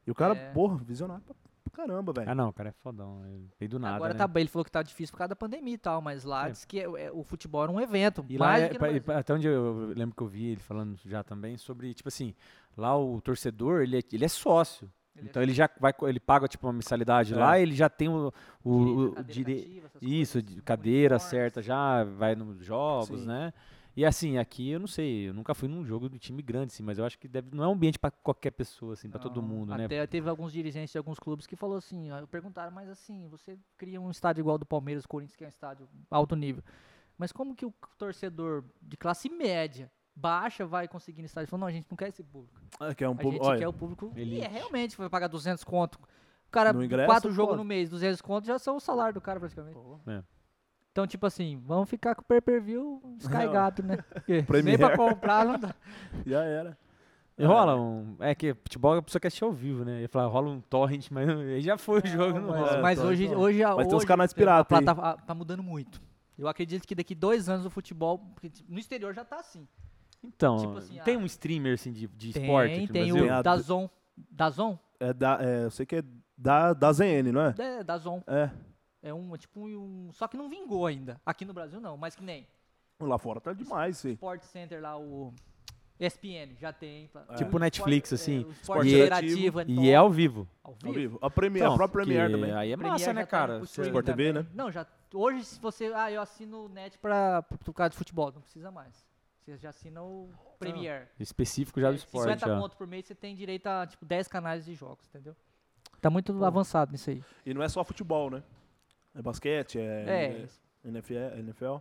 Speaker 3: E o cara,
Speaker 1: É.
Speaker 3: porra, visionário pra pra caramba, velho.
Speaker 2: Ah, não, o cara é fodão. Ele veio do nada.
Speaker 1: Agora
Speaker 2: né?
Speaker 1: tá bem, ele falou que tá difícil por causa da pandemia e tal, mas lá
Speaker 2: É.
Speaker 1: diz que é- é- o futebol era um evento.
Speaker 2: E lá,
Speaker 1: mais
Speaker 2: é-
Speaker 1: do que no
Speaker 2: pa- e
Speaker 1: Brasil.
Speaker 2: pa- até onde eu lembro que eu vi ele falando já também sobre, tipo assim, lá o torcedor, ele é, ele é sócio.
Speaker 1: Ele é
Speaker 2: então ele já vai, co- ele paga tipo uma mensalidade
Speaker 3: É.
Speaker 2: lá, ele já tem o, o, o-
Speaker 1: Direito, é
Speaker 2: o
Speaker 1: cadeira
Speaker 2: dire-
Speaker 1: cativa, essas
Speaker 2: isso,
Speaker 1: coisas, tipo,
Speaker 2: de cadeira
Speaker 1: uniformes.
Speaker 2: certa já, vai nos jogos,
Speaker 3: Sim.
Speaker 2: né? E assim, aqui eu não sei, eu nunca fui num jogo do time grande, assim, mas eu acho que deve, não é um ambiente pra qualquer pessoa, assim, pra todo
Speaker 1: Não,
Speaker 2: mundo, né?
Speaker 1: Ah, Até teve alguns dirigentes de alguns clubes que falou assim, ó, perguntaram, mas assim, você cria um estádio igual do Palmeiras, Corinthians, que é um estádio alto nível. Mas como que o torcedor de classe média, baixa, vai conseguir no estádio? Falou, não, a gente não quer esse público.
Speaker 3: Ah, que é um
Speaker 1: A
Speaker 3: povo-
Speaker 1: gente
Speaker 3: olha,
Speaker 1: quer o público. E
Speaker 2: Elite.
Speaker 1: é, realmente, vai pagar 200 conto. O cara,
Speaker 3: No ingresso,
Speaker 1: quatro jogos
Speaker 3: foda.
Speaker 1: no mês, 200 conto já são o salário do cara praticamente.
Speaker 2: É.
Speaker 1: Então, tipo assim, vamos ficar com o pay-per-view descarregado, né? Porque Nem
Speaker 3: Premier.
Speaker 1: pra comprar não dá.
Speaker 3: Já era.
Speaker 2: E rola um. É que futebol a pessoa quer assistir ao vivo, né? Ia falar, rola um torrent, mas não- aí já foi o jogo, não
Speaker 1: mas,
Speaker 2: rola.
Speaker 1: mas
Speaker 3: então,
Speaker 1: hoje,
Speaker 3: então.
Speaker 1: hoje, a-
Speaker 3: Mas tem uns
Speaker 1: hoje,
Speaker 3: canais
Speaker 1: por exemplo,
Speaker 3: pirata
Speaker 1: a
Speaker 3: aí.
Speaker 1: plata- a- tá mudando muito. Eu acredito que daqui dois anos o futebol porque, tipo, no exterior já tá assim.
Speaker 2: Então,
Speaker 1: Tipo assim,
Speaker 2: tem
Speaker 1: ah,
Speaker 2: um streamer assim de, de esporte aqui
Speaker 1: tem,
Speaker 2: no
Speaker 1: tem
Speaker 2: Brasil?
Speaker 3: Tem a-
Speaker 1: o Dazon. Dazon?
Speaker 3: É da, é, eu sei que é da, da ZN, não é?
Speaker 1: É, Dazon.
Speaker 3: É.
Speaker 1: É um, é tipo um, só que não vingou ainda. Aqui no Brasil não, mas que nem
Speaker 3: Lá fora tá demais, sim.
Speaker 1: Sport Center lá o ESPN já tem. pra-
Speaker 3: Tipo
Speaker 1: o
Speaker 2: Netflix,
Speaker 1: esporte-
Speaker 2: assim.
Speaker 1: É, o esporte
Speaker 2: E-
Speaker 1: interativo, é
Speaker 2: E
Speaker 1: top,
Speaker 2: é ao vivo.
Speaker 1: ao
Speaker 3: Ao
Speaker 1: vivo.
Speaker 3: vivo. A, Premier, a
Speaker 2: Então,
Speaker 3: própria Premier
Speaker 2: que
Speaker 3: também.
Speaker 2: Aí é
Speaker 1: Premier
Speaker 2: massa,
Speaker 1: já
Speaker 2: né,
Speaker 1: tá
Speaker 2: cara?
Speaker 1: no
Speaker 2: Você-
Speaker 1: streaming
Speaker 3: Sport TV,
Speaker 1: também.
Speaker 3: né?
Speaker 1: Não, já. Hoje, se você. Ah, eu assino o net pra, por causa de futebol. Não precisa mais. Você já assina o Premiere.
Speaker 2: Específico já do
Speaker 1: É,
Speaker 2: esporte.
Speaker 1: 50
Speaker 2: Já.
Speaker 1: conto por mês, você tem direito a, tipo, 10 canais de jogos, entendeu? Tá muito avançado nisso aí.
Speaker 3: E não é só futebol, né? É basquete,
Speaker 1: É,
Speaker 3: é,
Speaker 1: isso.
Speaker 3: NFL, NFL.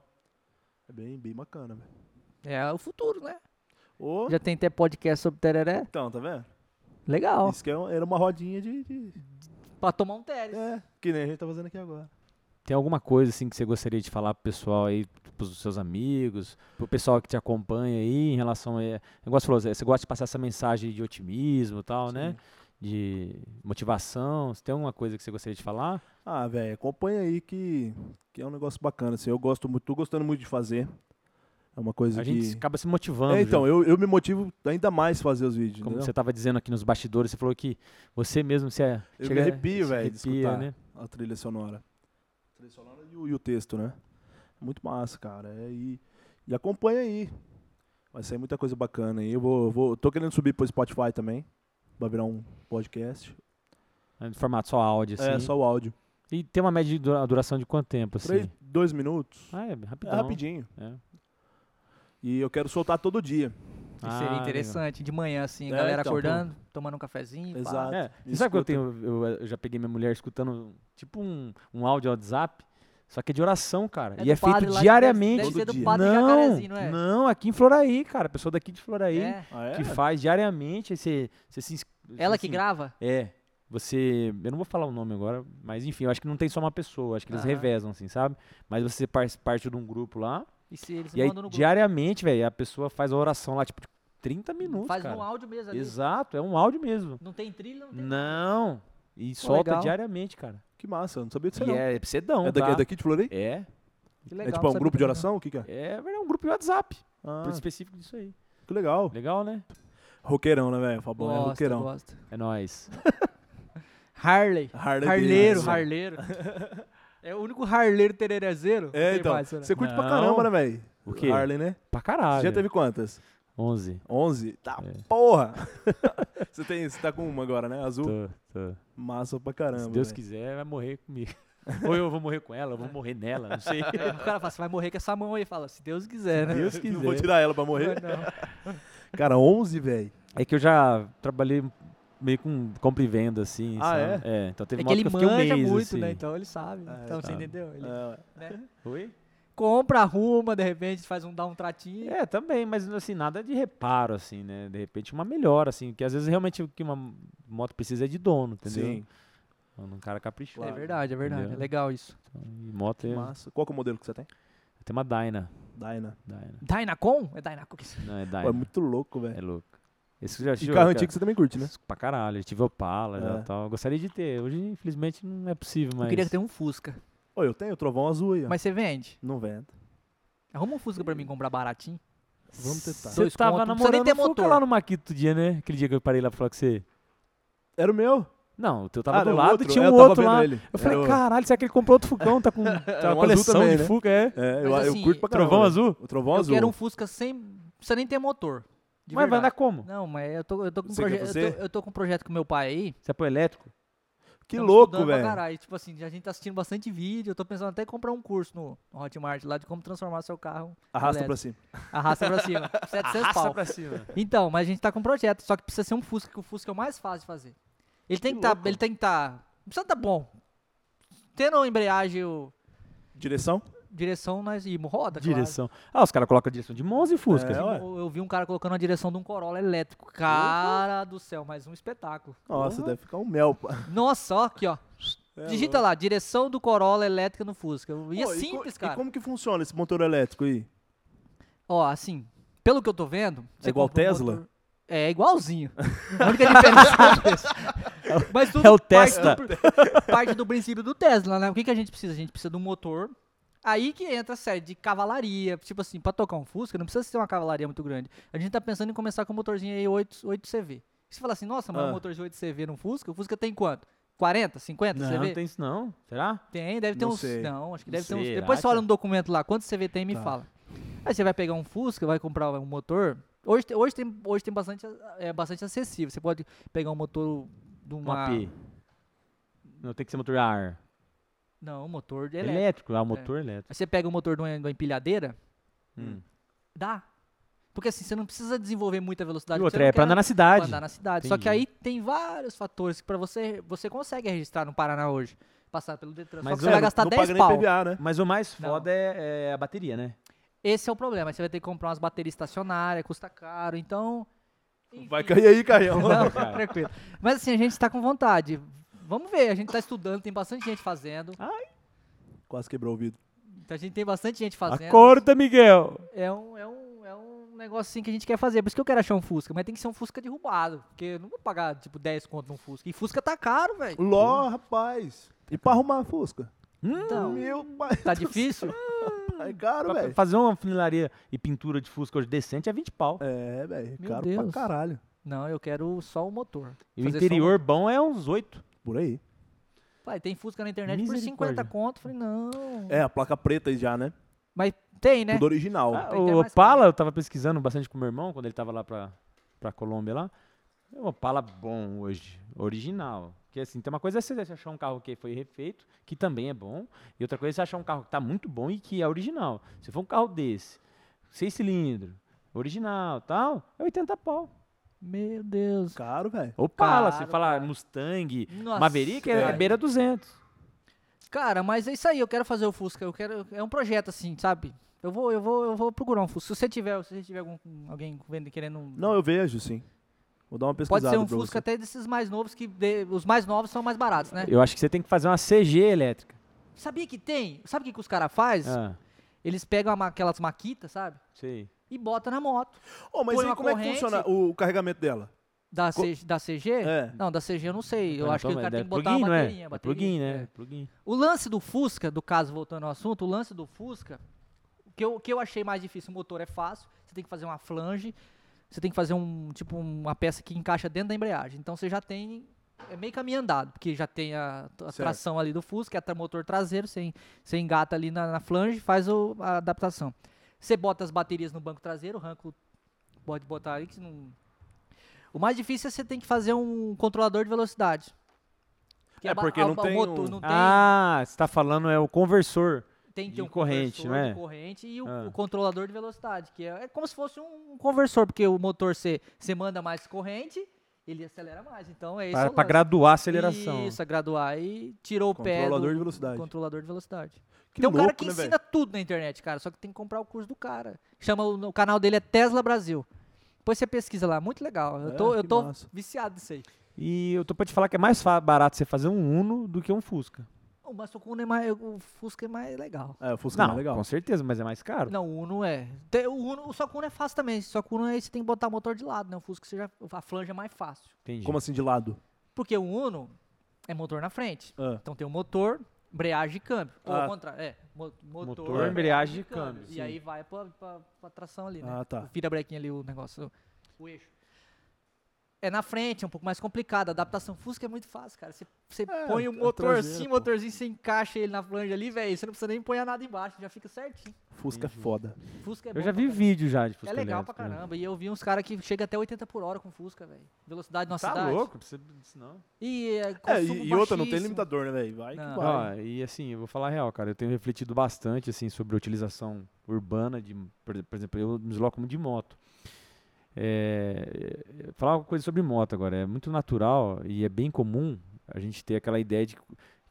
Speaker 3: É bem, bem bacana, velho.
Speaker 1: é o futuro, né?
Speaker 3: Ô,
Speaker 1: Já tem até podcast sobre tereré.
Speaker 3: Então, tá vendo?
Speaker 1: Legal.
Speaker 3: Isso que é um- era uma rodinha de- de...
Speaker 1: Pra tomar um teres.
Speaker 3: É, que nem a gente tá fazendo aqui agora.
Speaker 2: Tem alguma coisa assim que você gostaria de falar pro pessoal aí, pros seus amigos, pro pessoal que te acompanha aí em relação a. Igual você falou, Zé, você gosta de passar essa mensagem de otimismo e tal, né? De motivação. Você tem alguma coisa que você gostaria de falar?
Speaker 3: Ah, velho, acompanha aí que, que é um negócio bacana, assim. Eu gosto muito, tô gostando muito de fazer. É uma coisa
Speaker 2: A
Speaker 3: que...
Speaker 2: gente acaba se motivando.
Speaker 3: É, então,
Speaker 2: já.
Speaker 3: eu, eu me motivo ainda mais fazer os vídeos,
Speaker 2: Como
Speaker 3: entendeu?
Speaker 2: você tava dizendo aqui nos bastidores, você falou que você mesmo se é.
Speaker 3: Eu me
Speaker 2: chega-
Speaker 3: arrepio,
Speaker 2: se
Speaker 3: velho, de
Speaker 2: arrepia,
Speaker 3: escutar.
Speaker 2: né?
Speaker 3: A trilha sonora. A trilha sonora e o, e o texto, né? Muito massa, cara. É, e, e acompanha aí. Vai sair muita coisa bacana aí. Eu vou, vou, tô querendo subir pro Spotify também. Vai virar um podcast.
Speaker 2: É de formato só áudio, assim.
Speaker 3: É, só o áudio.
Speaker 2: E tem uma média de dura- duração de quanto tempo, assim?
Speaker 3: Três, dois minutos.
Speaker 2: Ah, é
Speaker 3: É
Speaker 2: rapidão.
Speaker 3: rapidinho.
Speaker 2: É.
Speaker 3: E eu quero soltar todo dia.
Speaker 1: Que
Speaker 2: Ah,
Speaker 1: seria
Speaker 2: legal.
Speaker 1: interessante. De manhã, assim, a
Speaker 3: É,
Speaker 1: galera
Speaker 3: então,
Speaker 1: acordando, tomando um cafezinho. pá.
Speaker 3: Exato.
Speaker 2: É,
Speaker 3: Escuta.
Speaker 2: você sabe que eu tenho. Eu, eh, eu já peguei minha mulher escutando tipo um, um áudio WhatsApp, só que é de oração, cara. e
Speaker 1: do
Speaker 2: é feito
Speaker 1: padre lá,
Speaker 2: diariamente.
Speaker 1: Deve, deve ser
Speaker 3: todo
Speaker 1: do
Speaker 3: dia.
Speaker 1: padre
Speaker 2: não,
Speaker 1: Jacarezinho, não é?
Speaker 2: não, aqui em Floraí, cara. Pessoa daqui de Floraí
Speaker 1: É.
Speaker 3: Ah, é?
Speaker 2: que faz diariamente. Aí você, você se ins-
Speaker 1: Ela que
Speaker 2: assim,
Speaker 1: grava?
Speaker 2: É. Você. Eu não vou falar o nome agora, mas enfim, eu acho que não tem só uma pessoa, acho que eles
Speaker 1: Aham.
Speaker 2: revezam, assim, sabe? Mas você faz parte de um grupo lá.
Speaker 1: E se eles
Speaker 2: e aí,
Speaker 1: mandam no grupo?
Speaker 2: diariamente, velho, a pessoa faz a oração lá, tipo, 30 minutos.
Speaker 1: Faz
Speaker 2: cara.
Speaker 1: no áudio mesmo ali.
Speaker 2: Exato, é um áudio mesmo.
Speaker 1: Não tem trilha, não tem
Speaker 2: Não. E solta
Speaker 1: legal.
Speaker 2: diariamente, cara.
Speaker 3: Que massa, eu não sabia disso
Speaker 2: e
Speaker 3: não.
Speaker 2: é, é pra você não,
Speaker 3: É daqui,
Speaker 2: tá?
Speaker 3: é daqui de Florei?
Speaker 2: É.
Speaker 1: Que
Speaker 3: É
Speaker 1: legal, não
Speaker 3: tipo um
Speaker 1: sabia
Speaker 3: grupo
Speaker 1: também,
Speaker 3: de
Speaker 1: não.
Speaker 3: oração? O que, que é?
Speaker 2: É, velho, é um grupo de WhatsApp.
Speaker 3: Ah,
Speaker 2: por específico disso aí.
Speaker 3: que legal.
Speaker 2: Legal, né?
Speaker 3: Roqueirão, né, velho? Fabão é
Speaker 1: Gosto,
Speaker 3: roqueirão.
Speaker 1: gosto.
Speaker 2: É nóis.
Speaker 1: Harley.
Speaker 3: Harley
Speaker 1: Harleiro,
Speaker 3: Davidson.
Speaker 1: harleiro. É o único harleiro tererezeiro.
Speaker 3: É, então. Você curte pra caramba, né,
Speaker 2: Não.
Speaker 3: velho?
Speaker 2: O quê?
Speaker 3: Harley, né?
Speaker 2: Pra
Speaker 3: Você
Speaker 2: caralho.
Speaker 3: já teve quantas?
Speaker 2: 11.
Speaker 3: 11? Tá,
Speaker 2: É.
Speaker 3: porra! você, tem, você tá com uma agora, né? Azul.
Speaker 2: Tô, tô.
Speaker 3: Massa pra caramba.
Speaker 2: Se Deus
Speaker 3: velho.
Speaker 2: quiser, vai morrer comigo. Ou eu vou morrer com ela, ou vou morrer nela, não sei.
Speaker 1: o cara fala, você vai morrer com essa mão aí. Fala, se Deus quiser, né?
Speaker 2: Deus
Speaker 3: Não vou
Speaker 2: quiser.
Speaker 3: tirar ela pra morrer.
Speaker 1: Não, É não.
Speaker 3: Cara, 11, velho.
Speaker 2: É que eu já trabalhei meio com compra e venda, assim.
Speaker 3: Ah,
Speaker 2: sabe? É, então teve
Speaker 1: É
Speaker 2: uma
Speaker 1: que
Speaker 2: hora
Speaker 1: ele
Speaker 2: que eu fiquei um
Speaker 1: manja
Speaker 2: mês,
Speaker 1: muito,
Speaker 2: assim.
Speaker 1: né? Então ele sabe.
Speaker 3: Ah,
Speaker 1: então, você
Speaker 2: sabe.
Speaker 1: entendeu? Ele
Speaker 3: É,
Speaker 2: Oi?
Speaker 1: compra, arruma, de repente faz um, dá um tratinho.
Speaker 2: É, também, mas assim, nada de reparo, assim, né? De repente uma melhora, assim, que às vezes realmente o que uma moto precisa é de dono, entendeu?
Speaker 3: sim.
Speaker 2: Um cara caprichoso.
Speaker 1: É
Speaker 3: claro.
Speaker 1: verdade, é verdade. É
Speaker 2: Entendeu?
Speaker 1: legal isso.
Speaker 2: E moto é...
Speaker 3: Massa. Qual que é o modelo que você tem?
Speaker 2: Tem uma Dyna.
Speaker 3: Dyna.
Speaker 2: Dyna.
Speaker 1: Dynacon? É Dynacon que isso?
Speaker 2: Não, é
Speaker 3: Pô,
Speaker 2: Dyna.
Speaker 3: é muito louco,
Speaker 2: É
Speaker 3: velho.
Speaker 2: louco. Esse já
Speaker 3: E
Speaker 2: tive,
Speaker 3: carro
Speaker 2: cara,
Speaker 3: antigo você também curte, né?
Speaker 2: Pra caralho. Eu tive Opala já
Speaker 3: É.
Speaker 2: tal. Gostaria de ter. Hoje, infelizmente, não é possível, mas... Então.
Speaker 1: Eu queria ter um Fusca.
Speaker 3: Ô, eu tenho trovão azul aí, ó.
Speaker 1: Mas você vende?
Speaker 3: Não vendo.
Speaker 1: Arruma um Fusca pra mim comprar baratinho.
Speaker 3: Vamos tentar.
Speaker 2: Você
Speaker 1: Dois
Speaker 2: tava
Speaker 1: conto, não precisa nem
Speaker 2: namorando
Speaker 1: ter
Speaker 2: o Fuca
Speaker 1: motor.
Speaker 2: lá no Maquito outro dia, né? Aquele dia que eu parei lá pra falar com você.
Speaker 3: Era o meu?
Speaker 2: Não, o teu tava
Speaker 3: Ah,
Speaker 2: do
Speaker 3: não, o
Speaker 2: lado
Speaker 3: outro.
Speaker 2: e tinha
Speaker 3: É,
Speaker 2: um
Speaker 3: eu tava
Speaker 2: outro
Speaker 3: vendo
Speaker 2: lá.
Speaker 3: ele.
Speaker 2: Eu falei,
Speaker 3: Era o-
Speaker 2: caralho, será que ele comprou outro Fucão? Tá com tá uma
Speaker 3: azul
Speaker 2: coleção
Speaker 3: também,
Speaker 2: de
Speaker 3: né?
Speaker 2: Fuca, é.
Speaker 3: É,
Speaker 1: Mas
Speaker 3: eu, eu
Speaker 1: assim,
Speaker 3: curto pra caramba.
Speaker 2: Trovão
Speaker 3: velho.
Speaker 2: azul?
Speaker 3: O trovão
Speaker 1: eu
Speaker 3: azul.
Speaker 1: quero um Fusca sem. Não precisa nem ter motor. de
Speaker 2: Mas vai andar
Speaker 1: verdade.
Speaker 2: como?
Speaker 1: Não, mas eu tô, eu tô com um
Speaker 3: Você quer
Speaker 1: projeto. Eu,
Speaker 3: você?
Speaker 1: tô- eu tô com um projeto com meu pai aí.
Speaker 2: Você é pro elétrico?
Speaker 3: Que
Speaker 1: estamos
Speaker 3: louco,
Speaker 1: estudando pra
Speaker 3: velho.
Speaker 1: caralho. Tipo assim, a gente tá assistindo bastante vídeo. Eu tô pensando até em comprar um curso no no Hotmart lá de como transformar seu carro.
Speaker 3: Arrasta pra
Speaker 1: elétrico.
Speaker 3: cima.
Speaker 1: Arrasta pra cima. 700 pau.
Speaker 2: pra cima.
Speaker 1: Então, mas a gente tá com um projeto, só que precisa ser um Fusca, que o Fusca é o mais fácil de fazer. Ele tem
Speaker 3: Que
Speaker 1: que tá,
Speaker 3: louco.
Speaker 1: ele tem que tá, não precisa tá bom. Tendo a embreagem, o-
Speaker 3: Direção?
Speaker 1: direção nós e roda, claro.
Speaker 2: Direção. Ah, os caras colocam a direção de Monza e Fusca.
Speaker 3: É, ué.
Speaker 1: Eu, eu vi um cara colocando a direção de um Corolla elétrico. Cara do céu, mais um espetáculo.
Speaker 3: Nossa, deve ficar um mel. pô.
Speaker 1: Nossa, ó, aqui, ó.
Speaker 3: É
Speaker 1: Digita lá, direção do Corolla elétrica no Fusca. E é
Speaker 3: Pô, co-
Speaker 1: simples,
Speaker 3: E
Speaker 1: cara.
Speaker 3: como que funciona esse motor elétrico aí?
Speaker 1: Ó, assim, pelo que eu tô vendo. você
Speaker 3: É igual
Speaker 1: compra um
Speaker 3: Tesla?
Speaker 1: motor- É igualzinho. A única diferença é isso. Mas tudo
Speaker 2: É o
Speaker 1: parte
Speaker 2: Tesla.
Speaker 1: do prin- parte do princípio do Tesla, né? O que, que a gente precisa? A gente precisa de um motor. Aí que entra a série de cavalaria. Tipo assim, pra tocar um Fusca, não precisa ser uma cavalaria muito grande. A gente tá pensando em começar com um motorzinho aí 8, 8 CV. Você fala assim, nossa, mas
Speaker 3: Ah.
Speaker 1: um motor de 8 CV num Fusca? O Fusca tem quanto? 40, 50
Speaker 2: Não,
Speaker 1: CV?
Speaker 2: não tem isso não. Será?
Speaker 1: Tem, deve ter
Speaker 3: Não
Speaker 1: uns.
Speaker 3: sei.
Speaker 1: Não, acho que
Speaker 2: Não
Speaker 1: deve ter uns.
Speaker 2: sei,
Speaker 1: Depois você
Speaker 2: acha?
Speaker 1: olha no documento lá, quanto CV tem e me
Speaker 3: Tá.
Speaker 1: fala. Aí você vai pegar um Fusca, vai comprar um motor. Hoje, te- hoje, tem, hoje tem bastante, é, bastante acessível. Você pode pegar um motor de uma.
Speaker 2: Uma P. Não, tem que ser motor a ar.
Speaker 1: Não, um motor de elétrico. É.
Speaker 2: Elétrico. Ah, motor elétrico.
Speaker 1: Aí você pega o motor de uma, de uma empilhadeira,
Speaker 2: Hum.
Speaker 1: dá. Porque assim, você não precisa desenvolver muita velocidade.
Speaker 2: E
Speaker 1: porque
Speaker 2: outra,
Speaker 1: você não
Speaker 2: é pra
Speaker 1: quer
Speaker 2: andar na cidade.
Speaker 1: Pra andar na cidade. Só que aí
Speaker 2: Entendi.
Speaker 1: tem vários fatores que pra você. Você consegue registrar no Paraná hoje. Passar pelo Detran.
Speaker 2: Mas
Speaker 1: só que
Speaker 2: é,
Speaker 1: você vai
Speaker 2: não-
Speaker 1: gastar
Speaker 3: não
Speaker 1: 10
Speaker 3: paga
Speaker 1: pau.
Speaker 3: nem PVA, né?
Speaker 2: Mas o mais
Speaker 1: Não.
Speaker 2: foda é, é a bateria, né?
Speaker 1: Esse é o problema. Você vai ter que comprar umas baterias estacionárias, custa caro, então.
Speaker 3: Vai
Speaker 1: enfim.
Speaker 3: cair aí, Carrão.
Speaker 1: Não,
Speaker 2: cara.
Speaker 1: tranquilo. Mas assim, a gente tá com vontade. Vamos ver, a gente tá estudando, tem bastante gente fazendo.
Speaker 3: Quase quebrou o vidro.
Speaker 1: Então a gente tem bastante gente fazendo.
Speaker 2: Acorda, Miguel!
Speaker 1: É um, é um, é um negocinho que a gente quer fazer. Por isso que eu quero achar um Fusca, mas tem que ser um Fusca derrubado. Porque eu não vou pagar, tipo, 10 conto num Fusca. E Fusca tá caro, velho.
Speaker 3: Ló, rapaz. E pra arrumar a Fusca?
Speaker 1: Então,
Speaker 3: Meu pai.
Speaker 1: tá difícil?
Speaker 3: É caro,
Speaker 2: Pra- pra
Speaker 3: velho.
Speaker 2: fazer uma funilaria e pintura de Fusca hoje decente é 20 pau.
Speaker 3: É, velho.
Speaker 1: Meu
Speaker 3: Caro pra
Speaker 1: Deus.
Speaker 3: caralho.
Speaker 1: Não, eu quero só o motor.
Speaker 2: e o
Speaker 1: Fazer só o
Speaker 2: interior bom é uns 8.
Speaker 3: Por aí.
Speaker 1: Pai, tem Fusca na internet por
Speaker 2: Misericórdia.
Speaker 1: 50 conto. Falei, não.
Speaker 3: É, a placa preta aí já, né?
Speaker 1: Mas tem, né?
Speaker 3: Tudo original.
Speaker 2: Ah,
Speaker 1: Tem até
Speaker 2: o
Speaker 1: mais
Speaker 2: Opala, eu tava pesquisando bastante com meu irmão quando ele tava lá pra, pra Colômbia lá. É um Opala bom hoje, original. Que assim, tem uma coisa é você achar um carro que foi refeito, que também é bom, e outra coisa é você achar um carro que tá muito bom e que é original. Se for um carro desse, seis cilindros, original, tal, é 80 pau.
Speaker 1: Meu Deus.
Speaker 3: Caro, velho.
Speaker 2: Opala,
Speaker 1: Caro,
Speaker 2: se falar
Speaker 1: cara.
Speaker 2: Mustang,
Speaker 1: Nossa,
Speaker 2: Maverick é, é
Speaker 1: cara.
Speaker 2: beira 200.
Speaker 1: Cara, mas é isso aí, eu quero fazer o Fusca, eu quero, é um projeto assim, sabe? Eu vou, eu vou, eu vou procurar um Fusca. Se você tiver, se você tiver algum, alguém vendo, querendo um,
Speaker 3: Não, eu vejo, sim. Vou dar uma pesquisada
Speaker 1: pode ser um
Speaker 3: pra
Speaker 1: Fusca
Speaker 3: você.
Speaker 1: até desses mais novos que de- os mais novos são mais baratos, né?
Speaker 2: Eu acho que você tem que fazer uma CG elétrica.
Speaker 1: Sabia que tem? Sabe o que, que os caras faz?
Speaker 2: Ah,
Speaker 1: Eles pegam a ma- aquelas maquitas, sabe?
Speaker 2: sei.
Speaker 1: E botam na moto
Speaker 3: Ô, mas
Speaker 1: Põe
Speaker 3: e
Speaker 1: uma
Speaker 3: como é que
Speaker 1: corrente.
Speaker 3: funciona o carregamento dela?
Speaker 1: da,
Speaker 3: Co-
Speaker 1: C- da CG?
Speaker 3: É.
Speaker 1: Não, da CG eu não sei. Eu
Speaker 2: Então,
Speaker 1: acho que o
Speaker 2: mas
Speaker 1: cara
Speaker 2: é
Speaker 1: tem que botar
Speaker 2: plugin,
Speaker 1: uma
Speaker 2: não é?
Speaker 1: bateria,
Speaker 2: É
Speaker 1: bateria,
Speaker 2: plugin, né?
Speaker 1: é.
Speaker 2: Plugin.
Speaker 1: O lance do Fusca, do caso voltando ao assunto, o lance do Fusca, o que eu, o que eu achei mais difícil, o motor é fácil, você tem que fazer uma flange, você tem que fazer um tipo uma peça que encaixa dentro da embreagem. Então você já tem é meio caminho andado, porque já tem a, a
Speaker 3: Certo.
Speaker 1: tração ali do Fusca, é tra- motor traseiro, você, en- você engata ali na, na flange, faz o- a adaptação. Você bota as baterias no banco traseiro, arranca o pode botar aí que não o mais difícil é você tem que fazer um controlador de velocidade. Que
Speaker 3: É,
Speaker 1: ba-
Speaker 3: porque
Speaker 1: a-
Speaker 3: não
Speaker 1: o
Speaker 3: tem
Speaker 1: motor-
Speaker 3: um-
Speaker 1: não tem-
Speaker 2: Ah, você tá falando é o conversor.
Speaker 1: tem que
Speaker 2: De
Speaker 1: ter um
Speaker 2: corrente,
Speaker 1: conversor
Speaker 3: né?
Speaker 2: não é?
Speaker 1: de corrente e o,
Speaker 2: Ah.
Speaker 1: o controlador de velocidade, que é, é como se fosse um conversor, porque o motor você você manda mais corrente, ele acelera mais. Então é isso.
Speaker 2: Para graduar a aceleração.
Speaker 1: Isso, a graduar e tirou o pé
Speaker 3: Controlador
Speaker 1: do-
Speaker 3: de velocidade.
Speaker 1: do controlador de velocidade.
Speaker 3: Que
Speaker 1: tem um cara
Speaker 3: louco,
Speaker 1: que
Speaker 3: né,
Speaker 1: ensina
Speaker 3: velho?
Speaker 1: tudo na internet, cara, só que tem que comprar o curso do cara. Chama o, o canal dele é Tesla Brasil. Depois você pesquisa lá, muito legal. Eu
Speaker 3: É,
Speaker 1: tô, eu
Speaker 3: que
Speaker 1: tô
Speaker 3: massa.
Speaker 1: viciado nisso aí.
Speaker 2: E eu tô pra te falar que é mais fa- barato você fazer um Uno do que um Fusca.
Speaker 1: O Massucuno é mais, o Fusca é mais legal.
Speaker 3: É, o Fusca
Speaker 2: Não,
Speaker 3: é mais legal.
Speaker 2: com certeza, mas é mais caro.
Speaker 1: Não, o Uno é. Tem- o, Uno, o Socuno é fácil também. Só que o Uno aí você tem que botar o motor de lado, né? O Fusca você já, a flange é mais fácil.
Speaker 2: Entendi.
Speaker 3: Como assim, de lado?
Speaker 1: Porque o Uno é motor na frente.
Speaker 3: Ah.
Speaker 1: Então tem o motor, embreagem e câmbio. Ou
Speaker 3: Ah.
Speaker 1: ao contrário, é. mo- motor,
Speaker 2: Motor, embreagem e câmbio,
Speaker 1: E
Speaker 2: sim.
Speaker 1: aí vai pra, pra, pra tração ali, né?
Speaker 3: Ah, tá.
Speaker 1: Vira a brequinha ali o negócio, o, o eixo. É na frente, é um pouco mais complicado. A adaptação Fusca é muito fácil, cara. Você, você
Speaker 3: É,
Speaker 1: põe o
Speaker 3: é
Speaker 1: motor
Speaker 3: traseiro,
Speaker 1: assim,
Speaker 3: pô.
Speaker 1: motorzinho, você encaixa ele na franja ali, velho. Você não precisa nem pôr nada embaixo, já fica certinho.
Speaker 3: Fusca é foda.
Speaker 1: Fusca é
Speaker 2: eu
Speaker 1: bom
Speaker 2: já
Speaker 1: pra
Speaker 2: vi
Speaker 1: caramba.
Speaker 2: vídeo já de
Speaker 1: É
Speaker 2: Fusca
Speaker 1: legal pra
Speaker 2: elétrico, né?
Speaker 1: caramba. E eu vi uns caras que chegam até 80 por hora com Fusca, velho. Velocidade na
Speaker 2: Tá
Speaker 1: cidade.
Speaker 2: louco, precisa disso não.
Speaker 1: E, é,
Speaker 3: É,
Speaker 1: consumo
Speaker 3: e, e outra, não tem
Speaker 1: baixíssimo.
Speaker 3: limitador, né, velho? Vai
Speaker 1: Não.
Speaker 3: que vai.
Speaker 2: Ó, e assim, eu vou falar a real, cara. Eu tenho refletido bastante assim sobre a utilização urbana de, por, por exemplo, eu me desloco muito de moto. É, é, falar uma coisa sobre moto agora. É muito natural e é bem comum a gente ter aquela ideia de que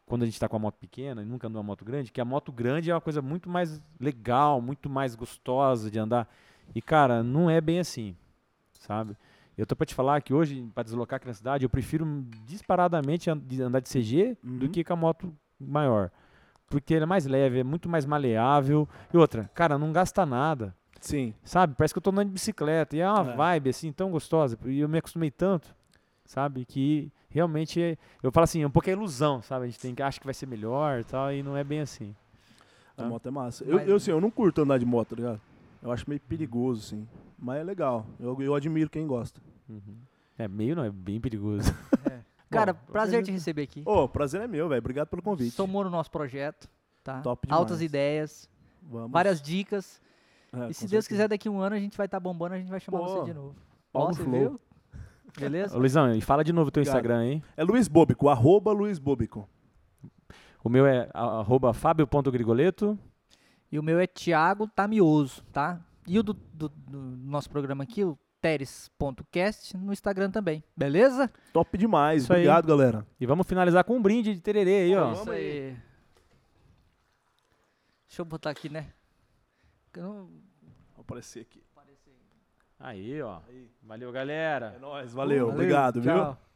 Speaker 2: quando a gente está com a moto pequena e nunca andou uma moto grande, que a moto grande é uma coisa muito mais legal, muito mais gostosa de andar. E cara, não é bem assim, sabe? Eu tô pra te falar que hoje, pra deslocar aqui na cidade, eu prefiro disparadamente an- de andar de CG do
Speaker 3: Uhum.
Speaker 2: que com a moto maior. Porque ele é mais leve, é muito mais maleável. E outra, cara, não gasta nada,
Speaker 3: Sim.
Speaker 2: sabe? Parece que eu tô andando de bicicleta. E é uma
Speaker 3: É.
Speaker 2: vibe, assim, tão gostosa. E eu me acostumei tanto, sabe? Que realmente, é- eu falo assim, é um pouco a ilusão, sabe? A gente tem que acha que vai ser melhor e tal, e não é bem assim.
Speaker 3: A
Speaker 2: Ah.
Speaker 3: moto é massa. Eu,
Speaker 1: Mas-
Speaker 3: eu, assim, eu não curto andar de moto, tá ligado? Eu acho meio perigoso, assim. Mas é legal. Eu, eu admiro quem gosta.
Speaker 2: Uhum. É meio, não, é bem perigoso.
Speaker 1: Cara,
Speaker 2: Bom,
Speaker 1: prazer te
Speaker 2: beleza.
Speaker 1: receber aqui.
Speaker 3: Ô, prazer é meu, velho. Obrigado pelo convite.
Speaker 1: Somou no nosso projeto. Tá?
Speaker 3: Top demais.
Speaker 1: Altas ideias,
Speaker 3: Vamos.
Speaker 1: várias dicas.
Speaker 3: É,
Speaker 1: e
Speaker 3: com
Speaker 1: se Deus
Speaker 3: certeza.
Speaker 1: quiser, daqui um ano a gente vai estar bombando, a gente vai chamar
Speaker 3: Pô,
Speaker 1: você de novo.
Speaker 3: pau
Speaker 1: Ó,
Speaker 3: no
Speaker 1: você
Speaker 3: flow.
Speaker 1: viu? Beleza?
Speaker 2: Ô, Luizão, e fala de novo o teu
Speaker 3: Obrigado.
Speaker 2: Instagram, hein?
Speaker 3: É Luiz Bobico, arroba Luiz Bobico.
Speaker 2: O meu é a- arroba fabio.grigoleto.
Speaker 1: E o meu é Thiago Tamioso, tá? E o do, do- do nosso programa aqui, o teres.cast, no Instagram também. Beleza?
Speaker 3: Top demais.
Speaker 2: Isso aí.
Speaker 3: Obrigado, galera.
Speaker 2: E vamos finalizar com um brinde de tererê aí, ó.
Speaker 3: Vamos aí.
Speaker 1: aí. Deixa eu botar aqui, né? Que eu não-
Speaker 3: Vou aparecer aqui.
Speaker 2: Aí, ó. Valeu, galera.
Speaker 3: É nóis. Valeu.
Speaker 1: Valeu,
Speaker 3: Obrigado, viu?
Speaker 1: tchau.